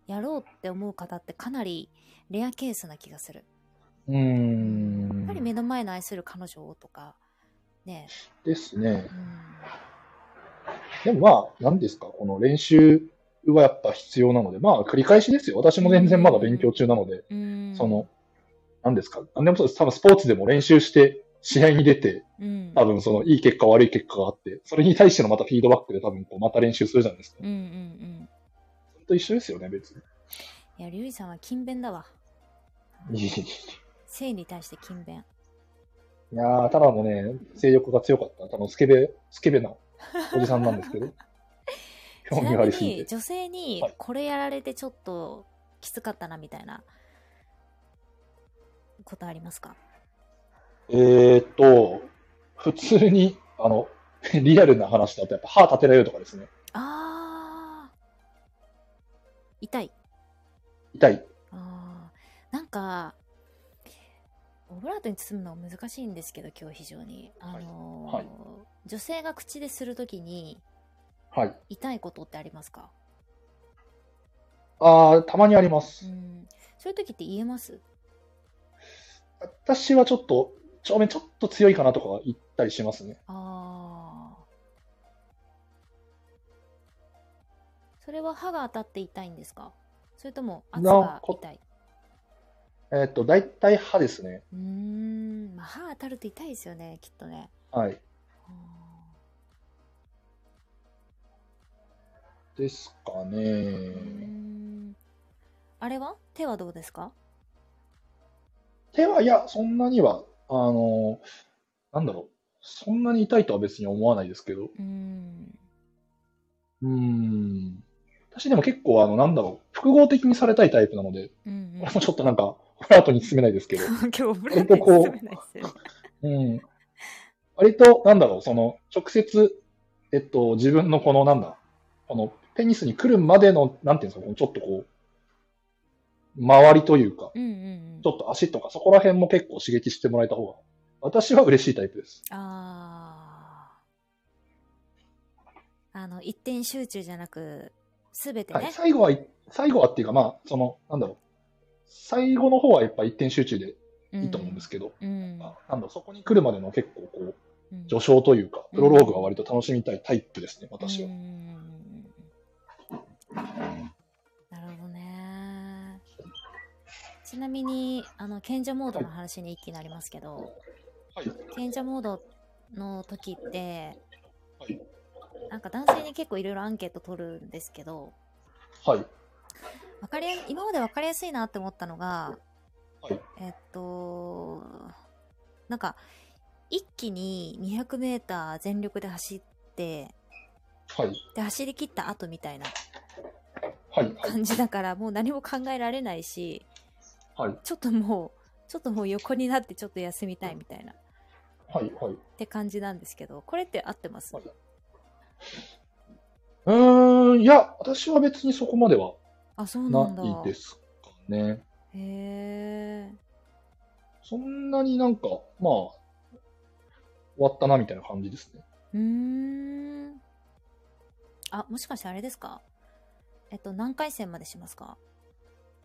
Speaker 1: やろうって思う方ってかなりレアケースな気がする。
Speaker 2: うーん。
Speaker 1: やっぱり目の前の愛する彼女をとか、ね、
Speaker 2: ですね
Speaker 1: う。ん。
Speaker 2: でもまあ、何ですか、この練習はやっぱ必要なので、まあ、繰り返しですよ。私も全然まだ勉強中なので、
Speaker 1: うん。
Speaker 2: その、何ですか、何でもそうです。多分スポーツでも練習して、試合に出て、
Speaker 1: うん、
Speaker 2: 多分その、いい結果、悪い結果があって、それに対してのまたフィードバックで多分こう、また練習するじゃないですか。
Speaker 1: うんうんうん。
Speaker 2: それと一緒ですよね、別に。
Speaker 1: いや、リュウジさんは勤勉だわ。性に対して勤勉。
Speaker 2: いやー、ただのね、性欲が強かった。多分スケベ、スケベなおじさんなんですけど。興
Speaker 1: ちな
Speaker 2: 味があ
Speaker 1: み
Speaker 2: りすぎ
Speaker 1: に、
Speaker 2: て。
Speaker 1: 女性に
Speaker 2: はい
Speaker 1: これやられてちょっときつかったなみたいなことありますか
Speaker 2: えーっと、普通に、あの、リアルな話だと、やっぱ歯立てられるとかですね。
Speaker 1: あー。痛い。
Speaker 2: 痛い。
Speaker 1: あー。なんか、おオブラートに包むのは難しいんですけど、今日非常に。あのー
Speaker 2: はい
Speaker 1: 女性が口でするときに
Speaker 2: はい。
Speaker 1: 痛いことってありますか
Speaker 2: ああ、たまにありま
Speaker 1: う
Speaker 2: す。
Speaker 1: ん。そういうときって言えます
Speaker 2: 私はちょっと、正面ちょっと強いかなとか言ったりしますね。
Speaker 1: ああ。それは歯が当たって痛いんですかそれとも圧が痛い
Speaker 2: えっと、大体歯ですね。
Speaker 1: うーん、まあ、歯当たると痛いですよね、きっとね。
Speaker 2: はい。
Speaker 1: あ
Speaker 2: ですか
Speaker 1: ーうー
Speaker 2: ね。
Speaker 1: んあれは手はどうですか
Speaker 2: 手は、いや、そんなには、あのーなんだろう。そんなに痛いとは別に思わないですけど。
Speaker 1: うーん。
Speaker 2: うーん。私でも結構、あの、なんだろう。複合的にされたいタイプなので、
Speaker 1: うん
Speaker 2: これもちょっとなんか、フラートに進めないですけど。
Speaker 1: うん、今日ブレ
Speaker 2: レ
Speaker 1: ー
Speaker 2: ー
Speaker 1: ド
Speaker 2: ド
Speaker 1: に進
Speaker 2: に進
Speaker 1: め
Speaker 2: め
Speaker 1: ないですよね。
Speaker 2: うん。割と、なんだろう、その、直接、えっと、自分のこの、なんだ、この、テニスに来るまでの、なんていうんですか、このちょっとこう、周りというか、
Speaker 1: うんうんうん
Speaker 2: ちょっと足とか、そこら辺も結構刺激してもらえた方が、私は嬉しいタイプです。
Speaker 1: ああ。あの、一点集中じゃなく、すべて
Speaker 2: はい。
Speaker 1: ね。
Speaker 2: 最後は、最後はっていうか、まあ、その、なんだろう、最後の方はやっぱ一点集中でいいと思うんですけど、
Speaker 1: けど。うん。
Speaker 2: あなんだろう、そこに来るまでの結構こう、
Speaker 1: うん
Speaker 2: 序章というか、プロローグは割と楽しみたいタイプですね、私は
Speaker 1: う。んなるほどね。ちなみに、あの、賢者モードの話に一気になりますけど、
Speaker 2: はい。
Speaker 1: 賢者モードの時って、
Speaker 2: はい
Speaker 1: なんか男性に結構いろいろアンケート取るんですけど、
Speaker 2: はい。
Speaker 1: わかりや今まで分かりやすいなって思ったのが、
Speaker 2: はい
Speaker 1: えっとなんか一気に 200m 全力で走って
Speaker 2: はい。
Speaker 1: で走り切った後みたいな
Speaker 2: はい。はい。
Speaker 1: 感じだからもう何も考えられないし、
Speaker 2: はい
Speaker 1: ちょっともうちょっともう横になってちょっと休みたいみたいなっ
Speaker 2: はい、はい。
Speaker 1: て感じなんですけどこれって合ってます、
Speaker 2: はいうーん、いや、私は別にそこまでは
Speaker 1: あそうなんだ
Speaker 2: ないですかね。
Speaker 1: へえ
Speaker 2: そんなになんか、まあ、終わったなみたいな感じですね。
Speaker 1: うーんあもしかしてあれですかえっと何回戦までしますか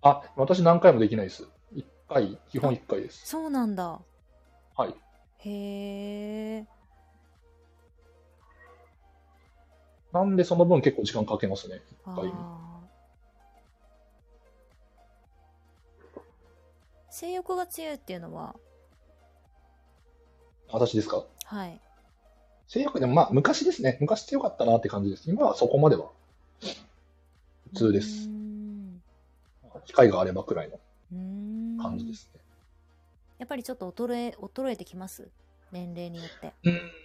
Speaker 2: あ、私何回もできないです。1回、基本1回です。
Speaker 1: そうなんだ。
Speaker 2: はい。
Speaker 1: へえ。
Speaker 2: なんでその分結構時間かけますね。
Speaker 1: あ
Speaker 2: はい
Speaker 1: あ。性欲が強いっていうのは、
Speaker 2: 私ですか
Speaker 1: はい。
Speaker 2: 性欲でもまあ、昔ですね。昔強かったなって感じです。今はそこまでは普通で
Speaker 1: うー
Speaker 2: す。
Speaker 1: ん。
Speaker 2: 機会があればくらいの
Speaker 1: うーん
Speaker 2: 感じで。すね。
Speaker 1: やっぱりちょっと衰え、衰えてきます。年齢によって。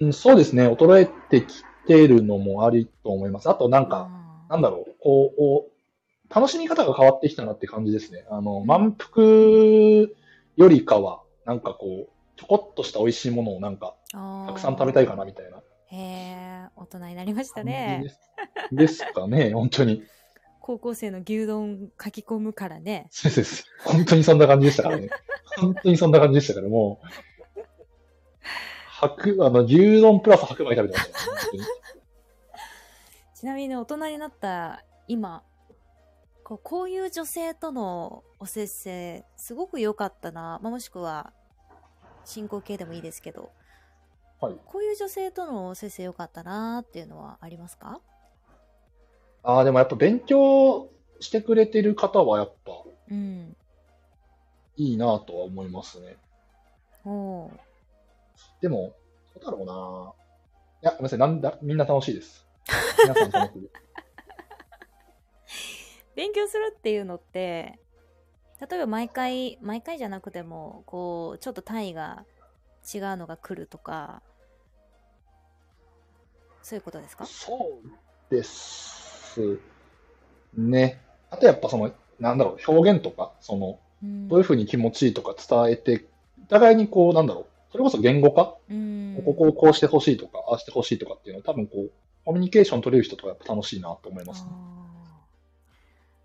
Speaker 2: うん、そうですね。衰えてきてるのもありと思います。あとなんか、
Speaker 1: あ
Speaker 2: なんだろう、こう、お楽しみ方が変わってきたなって感じですね。あの
Speaker 1: う、ん
Speaker 2: 満腹よりかは、なんかこう、ちょこっとした美味しいものをなんか、
Speaker 1: ー
Speaker 2: たくさん食べたいかなみたいな
Speaker 1: へえ、大人になりました
Speaker 2: 感じで
Speaker 1: ね。
Speaker 2: すですかね、本当に。
Speaker 1: 高校生の牛丼書き込むからね。
Speaker 2: そうですそうです。本当にそんな感じでしたからね。本当にそんな感じでしたから、もう。白、あの、牛丼プラス白米食べてましたね、本当に
Speaker 1: ちなみにね大人になった今こうこういう女性とのお節制すごく良かったな、まあ、もしくは進行形でもいいですけど、
Speaker 2: はい
Speaker 1: こういう女性とのお節制良かったなっていうのはありますか
Speaker 2: ああ、でもやっぱ勉強してくれてる方はやっぱ
Speaker 1: うん
Speaker 2: いいなとは思いますね。
Speaker 1: おう
Speaker 2: でも、どうだろうな。いや、ごめんなさい。なんだ、みんな楽しいです。皆さん楽しい。
Speaker 1: 勉強するっていうのって例えば毎回毎回じゃなくてもこうちょっと単位が違うのが来るとかそういうことですか
Speaker 2: そうです。ね。あとやっぱその、なんだろう、表現とか、その、どういうふうに気持ちいいとか伝えて、お互いにこう、なんだろう、それこそ言語化、
Speaker 1: うん
Speaker 2: ここをこうしてほしいとか、ああしてほしいとかっていうのは多分こう、コミュニケーション取れる人とかやっぱ楽しいなと思いますね。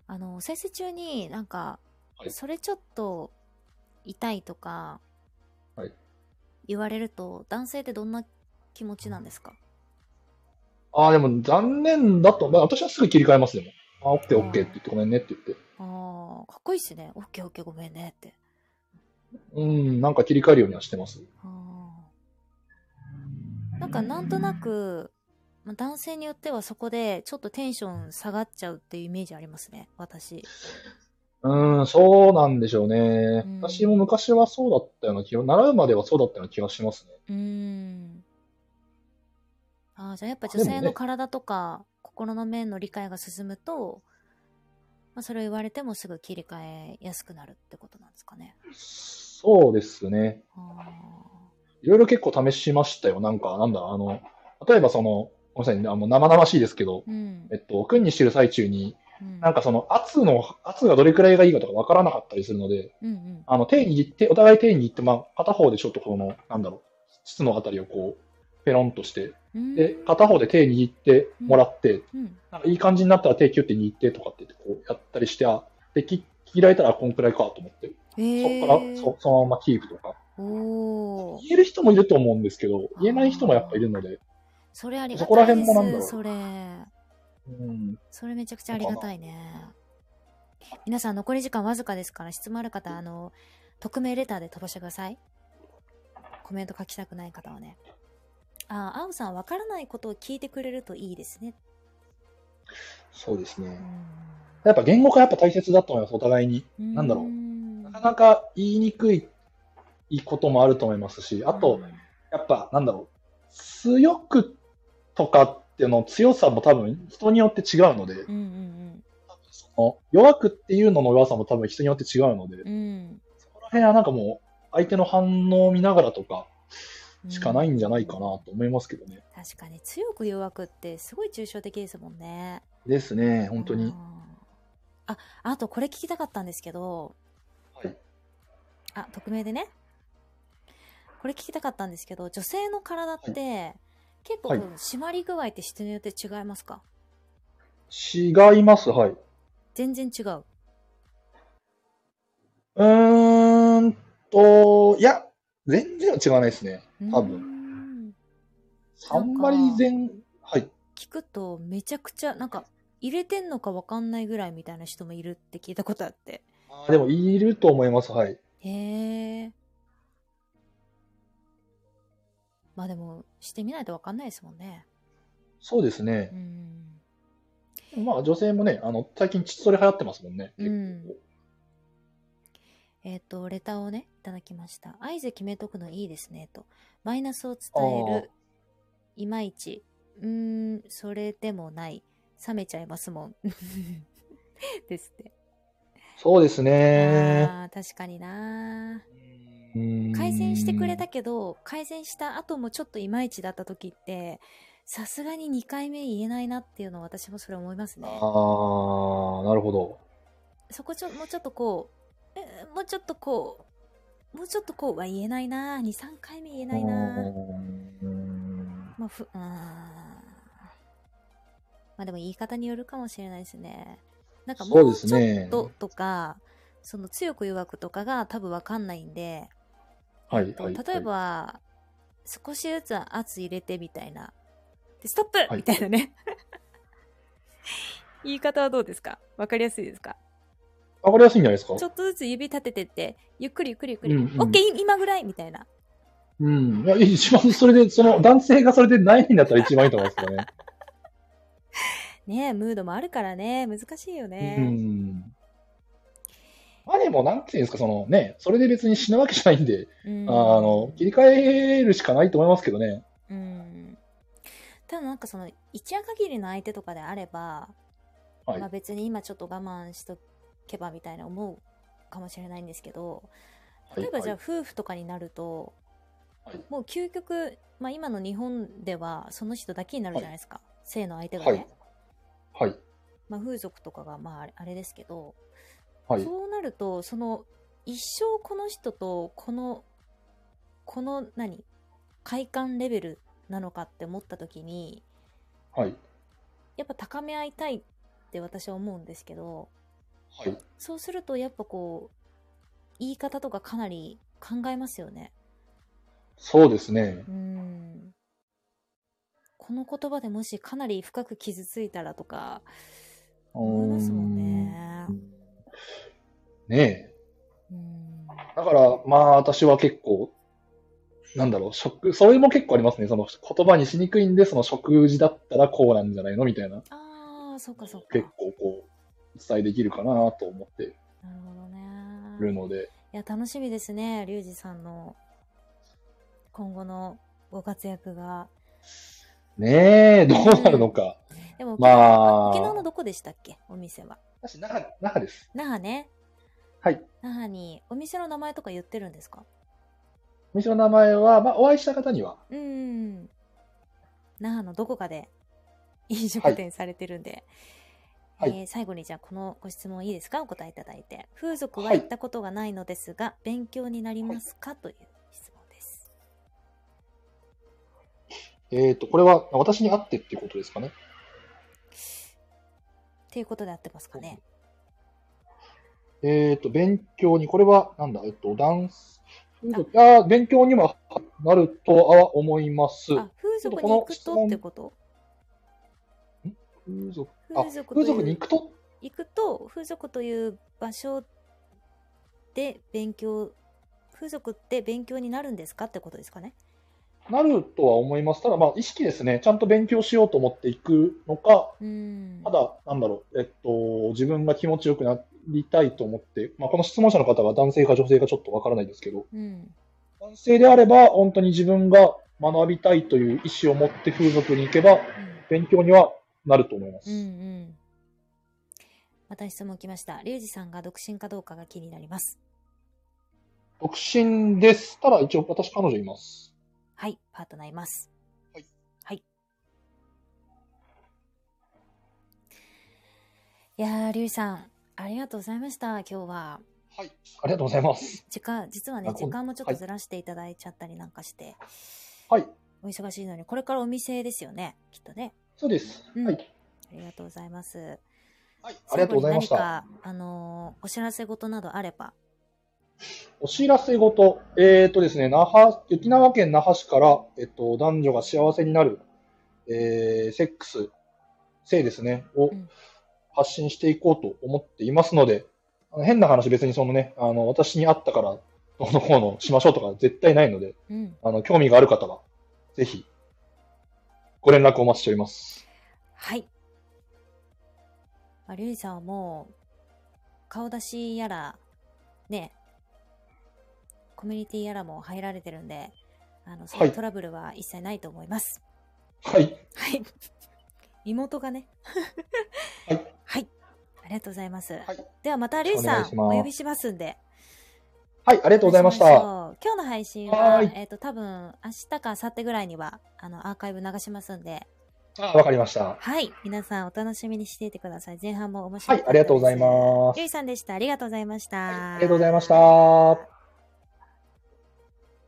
Speaker 1: あーあの先生中になんか、
Speaker 2: はい
Speaker 1: それちょっと痛いとか言われると、男性ってどんな気持ちなんですか
Speaker 2: ああ、でも残念だと、まあ、私はすぐ切り替えます、でも。あ、オッケーオッケーって言ってごめんねって言って。
Speaker 1: ああ、かっこいいっすね。オッケーオッケーごめんねって。
Speaker 2: うん、なんか切り替えるようにはしてます。
Speaker 1: あーなんかなんとなく、まあ、男性によってはそこでちょっとテンション下がっちゃうっていうイメージありますね、私。
Speaker 2: うん、そうなんでしょうね
Speaker 1: う。ん
Speaker 2: 私も昔はそうだったような気が、習うまではそうだったような気がしますね。
Speaker 1: うーん。ああ、じゃあやっぱ
Speaker 2: あでも
Speaker 1: 女
Speaker 2: ね
Speaker 1: 性の体とか心の面の理解が進むと、まあ、それを言われてもすぐ切り替えやすくなるってことなんですかね。
Speaker 2: そうですね。
Speaker 1: あ
Speaker 2: いろいろ結構試しましたよ。なんか、なんだ、あの、例えばその、ごめんなさいね、あの生々しいですけど
Speaker 1: ー、うん
Speaker 2: え。っと、訓にしてる最中に、
Speaker 1: うん
Speaker 2: なんかその圧の、圧がどれくらいがいいかとかわからなかったりするので、
Speaker 1: うんうん。
Speaker 2: あの、手に握って、お互い手に握って、まあ、片方でちょっとこの、なんだろう、質のあたりをこう、ペロンとして、
Speaker 1: うん
Speaker 2: で、片方で手握ってもらって、
Speaker 1: うん。
Speaker 2: なんかいい感じになったら手キュッて握ってとかって言ってこうやったりして、あ、で、切切られたらこんくらいかと思って、
Speaker 1: え
Speaker 2: そ
Speaker 1: ー、
Speaker 2: こからそそのままキープとか。
Speaker 1: おー
Speaker 2: 言える人もいると思うんですけど、言えない人もやっぱいるので、
Speaker 1: それありが
Speaker 2: そこら
Speaker 1: たいで
Speaker 2: 辺
Speaker 1: す。
Speaker 2: もなんだろう
Speaker 1: それ。
Speaker 2: うん、
Speaker 1: それめちゃくちゃありがたいね。皆さん残り時間わずかですから、質問ある方、あの、匿名レターで飛ばしてください。コメント書きたくない方はね。ああ、青さん、わからないことを聞いてくれるといいですね。
Speaker 2: そうです
Speaker 1: う
Speaker 2: ね。
Speaker 1: ん
Speaker 2: やっぱ言語化やっぱ大切だと思います、お互いに。なんだろうなかなか言いにくいこともあると思いますし、あと、、やっぱなんだろう、強くとかっていうの強さも多分人によって違うので、
Speaker 1: うんうん
Speaker 2: その弱くっていうのの弱さも多分人によって違うので、
Speaker 1: うんうん。
Speaker 2: そこら辺はなんかもう、相手の反応を見ながらとか
Speaker 1: うん。
Speaker 2: しかないんじゃないかなと思いますけどね。
Speaker 1: 確かに、強く弱くってすごい抽象的ですもんね。
Speaker 2: ですね、本当
Speaker 1: う
Speaker 2: に
Speaker 1: ん。。あ、あとこれ聞きたかったんですけど、
Speaker 2: はい。
Speaker 1: あ、匿名でね。これ聞きたかったんですけど、女性の体って、結構、
Speaker 2: はい
Speaker 1: 締まり具合って人によって違いますか
Speaker 2: 違います、はい。
Speaker 1: 全然違う。
Speaker 2: うーんと、いや、全然は違わないですね。多分
Speaker 1: 分。
Speaker 2: 3割前、はい。
Speaker 1: 聞くと、めちゃくちゃ、なんか、入れてんのかわかんないぐらいみたいな人もいるって聞いたことあって。
Speaker 2: あーでも、いると思います、はい。
Speaker 1: へえ。まあでも、してみないとわかんないですもんね。
Speaker 2: そうですね
Speaker 1: う。ん。
Speaker 2: まあ、女性もね、あの、最近、ちっそれ流行ってますもんね。
Speaker 1: う
Speaker 2: 結
Speaker 1: んえっ、と、レターをね、いただきました。合図決めとくのいいですね、と。マイナスを伝える。いまいち。うーん、それでもない。冷めちゃいますもん。 ですって。
Speaker 2: 構そうですね。
Speaker 1: ああ、確かにな。
Speaker 2: うーん
Speaker 1: 改善してくれたけど、改善した後もちょっといまいちだった時って、さすがに2回目言えないなっていうのは私もそれ思いますね。
Speaker 2: ああ、なるほど。
Speaker 1: そこちょ、もうちょっとこう、えーもうちょっとこう、もうちょっとこうは言えないな。2、3回目言えないな。
Speaker 2: うーん
Speaker 1: まあ、ふ、うーん。まあでも言い方によるかもしれないですね。なんかも
Speaker 2: そう
Speaker 1: う
Speaker 2: です
Speaker 1: ちょっ
Speaker 2: ね。
Speaker 1: ととか、その強く弱くとかが多分わかんないんで、
Speaker 2: はい、
Speaker 1: と
Speaker 2: はい。
Speaker 1: 例えば、少しずつ圧入れてみたいな。で、ストップ、
Speaker 2: はい
Speaker 1: みたいなね。 言い方はどうですかわかりやすいですか
Speaker 2: わかりやすいんじゃないですか
Speaker 1: ちょっとずつ指立ててって、ゆっくりゆっくりゆっくり、
Speaker 2: うんうん
Speaker 1: オッケー今ぐらいみたいな。
Speaker 2: うん。いや、一番それで、その男性がそれでないんだったら一番いいと思いますけどね。
Speaker 1: ねえムードもあるからね、難しいよ ね。
Speaker 2: うん。まあでも、なんていうんですか、そのね、それで別に死ぬわけじゃないんで、
Speaker 1: うん
Speaker 2: あの、切り替えるしかないと思いますけどね。
Speaker 1: うん。ただなんかその、一夜限りの相手とかであれば、
Speaker 2: はい
Speaker 1: まあ別に今ちょっと我慢しとけばみたいな思うかもしれないんですけど、例えばじゃあ
Speaker 2: は
Speaker 1: 夫婦とかになると、
Speaker 2: はい
Speaker 1: もう究極、まあ今の日本ではその人だけになるじゃないですか。性の相手がね。
Speaker 2: はいい、はい。
Speaker 1: まあ風俗とかがまああれあれですけど、
Speaker 2: はい。
Speaker 1: そうなると、その、一生この人と、この、この何、快感レベルなのかって思った時に、
Speaker 2: はい。
Speaker 1: やっぱ高め合いたいって私は思うんですけど、
Speaker 2: はい。
Speaker 1: そうするとやっぱこう、言い方とかかなり考えますよね。
Speaker 2: そうですね。
Speaker 1: うんこの言葉でもしかなり深く傷ついたらとか思いますもんね
Speaker 2: うー。ん。ねえ。
Speaker 1: うん
Speaker 2: だから、まあ私は結構、なんだろう、食、それも結構ありますね。その言葉にしにくいんで、その食事だったらこうなんじゃないのみたいな。
Speaker 1: ああ、そうかそうか。
Speaker 2: 結構こう、お伝えできるかなと思って
Speaker 1: なるほど
Speaker 2: る
Speaker 1: ね。
Speaker 2: ので。
Speaker 1: いや、楽しみですね、リュウジさんの今後のご活躍が。
Speaker 2: ねえ、どうなるのか。
Speaker 1: でも、沖縄,、
Speaker 2: まあ
Speaker 1: 沖縄のどこでしたっけお店は。
Speaker 2: 私、那覇、那覇です。
Speaker 1: 那覇ね。
Speaker 2: はい。
Speaker 1: 那覇にお店の名前とか言ってるんですか
Speaker 2: お店の名前は、まあお会いした方には、
Speaker 1: うん。那覇のどこかで飲食店されてるんで、
Speaker 2: はい
Speaker 1: えー最後にじゃあこのご質問いいですかお答えいただいて。風俗は
Speaker 2: はい
Speaker 1: 行ったことがないのですが、勉強になりますか、という質問です。
Speaker 2: えっ、と、これは私に会ってっていうことですかね。
Speaker 1: っていうことで合ってますかね。
Speaker 2: えっ、と、勉強に、これは、なんだ、えっと、ダンス、ああー勉強にもなるとは思います。
Speaker 1: あ、風俗に行くとってこと
Speaker 2: 風俗あ
Speaker 1: 風俗と
Speaker 2: 風
Speaker 1: いう
Speaker 2: 俗に行くと
Speaker 1: 行くと風俗という場所で勉強風俗って勉強になるんですかってことですかね
Speaker 2: なるとは思います。ただ、まあ、意識ですね。ちゃんと勉強しようと思っていくのか、
Speaker 1: うーん
Speaker 2: ただ、なんだろう、えっと、自分が気持ちよくなりたいと思って、まあ、この質問者の方が男性か女性かちょっとわからないですけど、
Speaker 1: うん
Speaker 2: 男性であれば、本当に自分が学びたいという意思を持って風俗に行けば、勉強にはなると思います。
Speaker 1: うんうんうんまた質問来ましたリュウジさんが独身かどうかが気になります
Speaker 2: 独身です。ただ、一応、私、彼女います。
Speaker 1: はいパートナーいます
Speaker 2: はい、
Speaker 1: はい、いやーリュウジさんありがとうございました今日は
Speaker 2: はい。ありがとうございます。
Speaker 1: 時間実はね
Speaker 2: あこ
Speaker 1: 時
Speaker 2: ん
Speaker 1: 間もちょっ
Speaker 2: は
Speaker 1: と
Speaker 2: い
Speaker 1: ずらしていただいちゃったりなんかして、
Speaker 2: はい。
Speaker 1: お忙しいのに、これからお店ですよね、きっとね。
Speaker 2: そうです。
Speaker 1: うん
Speaker 2: はい。
Speaker 1: ありがとうございます。
Speaker 2: はい。ありがとうございまし
Speaker 1: 最後に
Speaker 2: た。
Speaker 1: 何か、あのーお知らせ事などあれば。
Speaker 2: お知らせごと、えっ、とですね、那覇、沖縄県那覇市から、えっと、男女が幸せになる、えーセックス、性ですね、を
Speaker 1: うん
Speaker 2: 発信していこうと思っていますので、あの変な話、別にそのね、あの、私に会ったから、どうのこうのしましょうとか絶対ないので、
Speaker 1: うん。
Speaker 2: あの、興味がある方は、ぜひ、ご連絡お待ちしております。
Speaker 1: はい。まあ、リュウジさんはもう、顔出しやら、ね、コミュニティやらも入られてるんで、あの、そういう
Speaker 2: はい
Speaker 1: トラブルは一切ないと思います。
Speaker 2: はい。
Speaker 1: はい。 妹がね。
Speaker 2: はい。
Speaker 1: はい。ありがとうございます。
Speaker 2: はい。
Speaker 1: ではまた、リュウジさ
Speaker 2: お願い
Speaker 1: ん、
Speaker 2: し
Speaker 1: お
Speaker 2: ます
Speaker 1: 呼びしますんで。
Speaker 2: はい、ありがとうございまし。
Speaker 1: お願いしたょう今日の配信
Speaker 2: は
Speaker 1: は、
Speaker 2: い
Speaker 1: えっ、と、多分、明日か明後日ぐらいには、あの、アーカイブ流しますんで、
Speaker 2: あわかりました。
Speaker 1: はい。皆さん、お楽しみにしていてください。前半も面白。
Speaker 2: はいい、ありがとうございます。
Speaker 1: ゆいさんでした。ありがとうございました。
Speaker 2: ありがとうございました。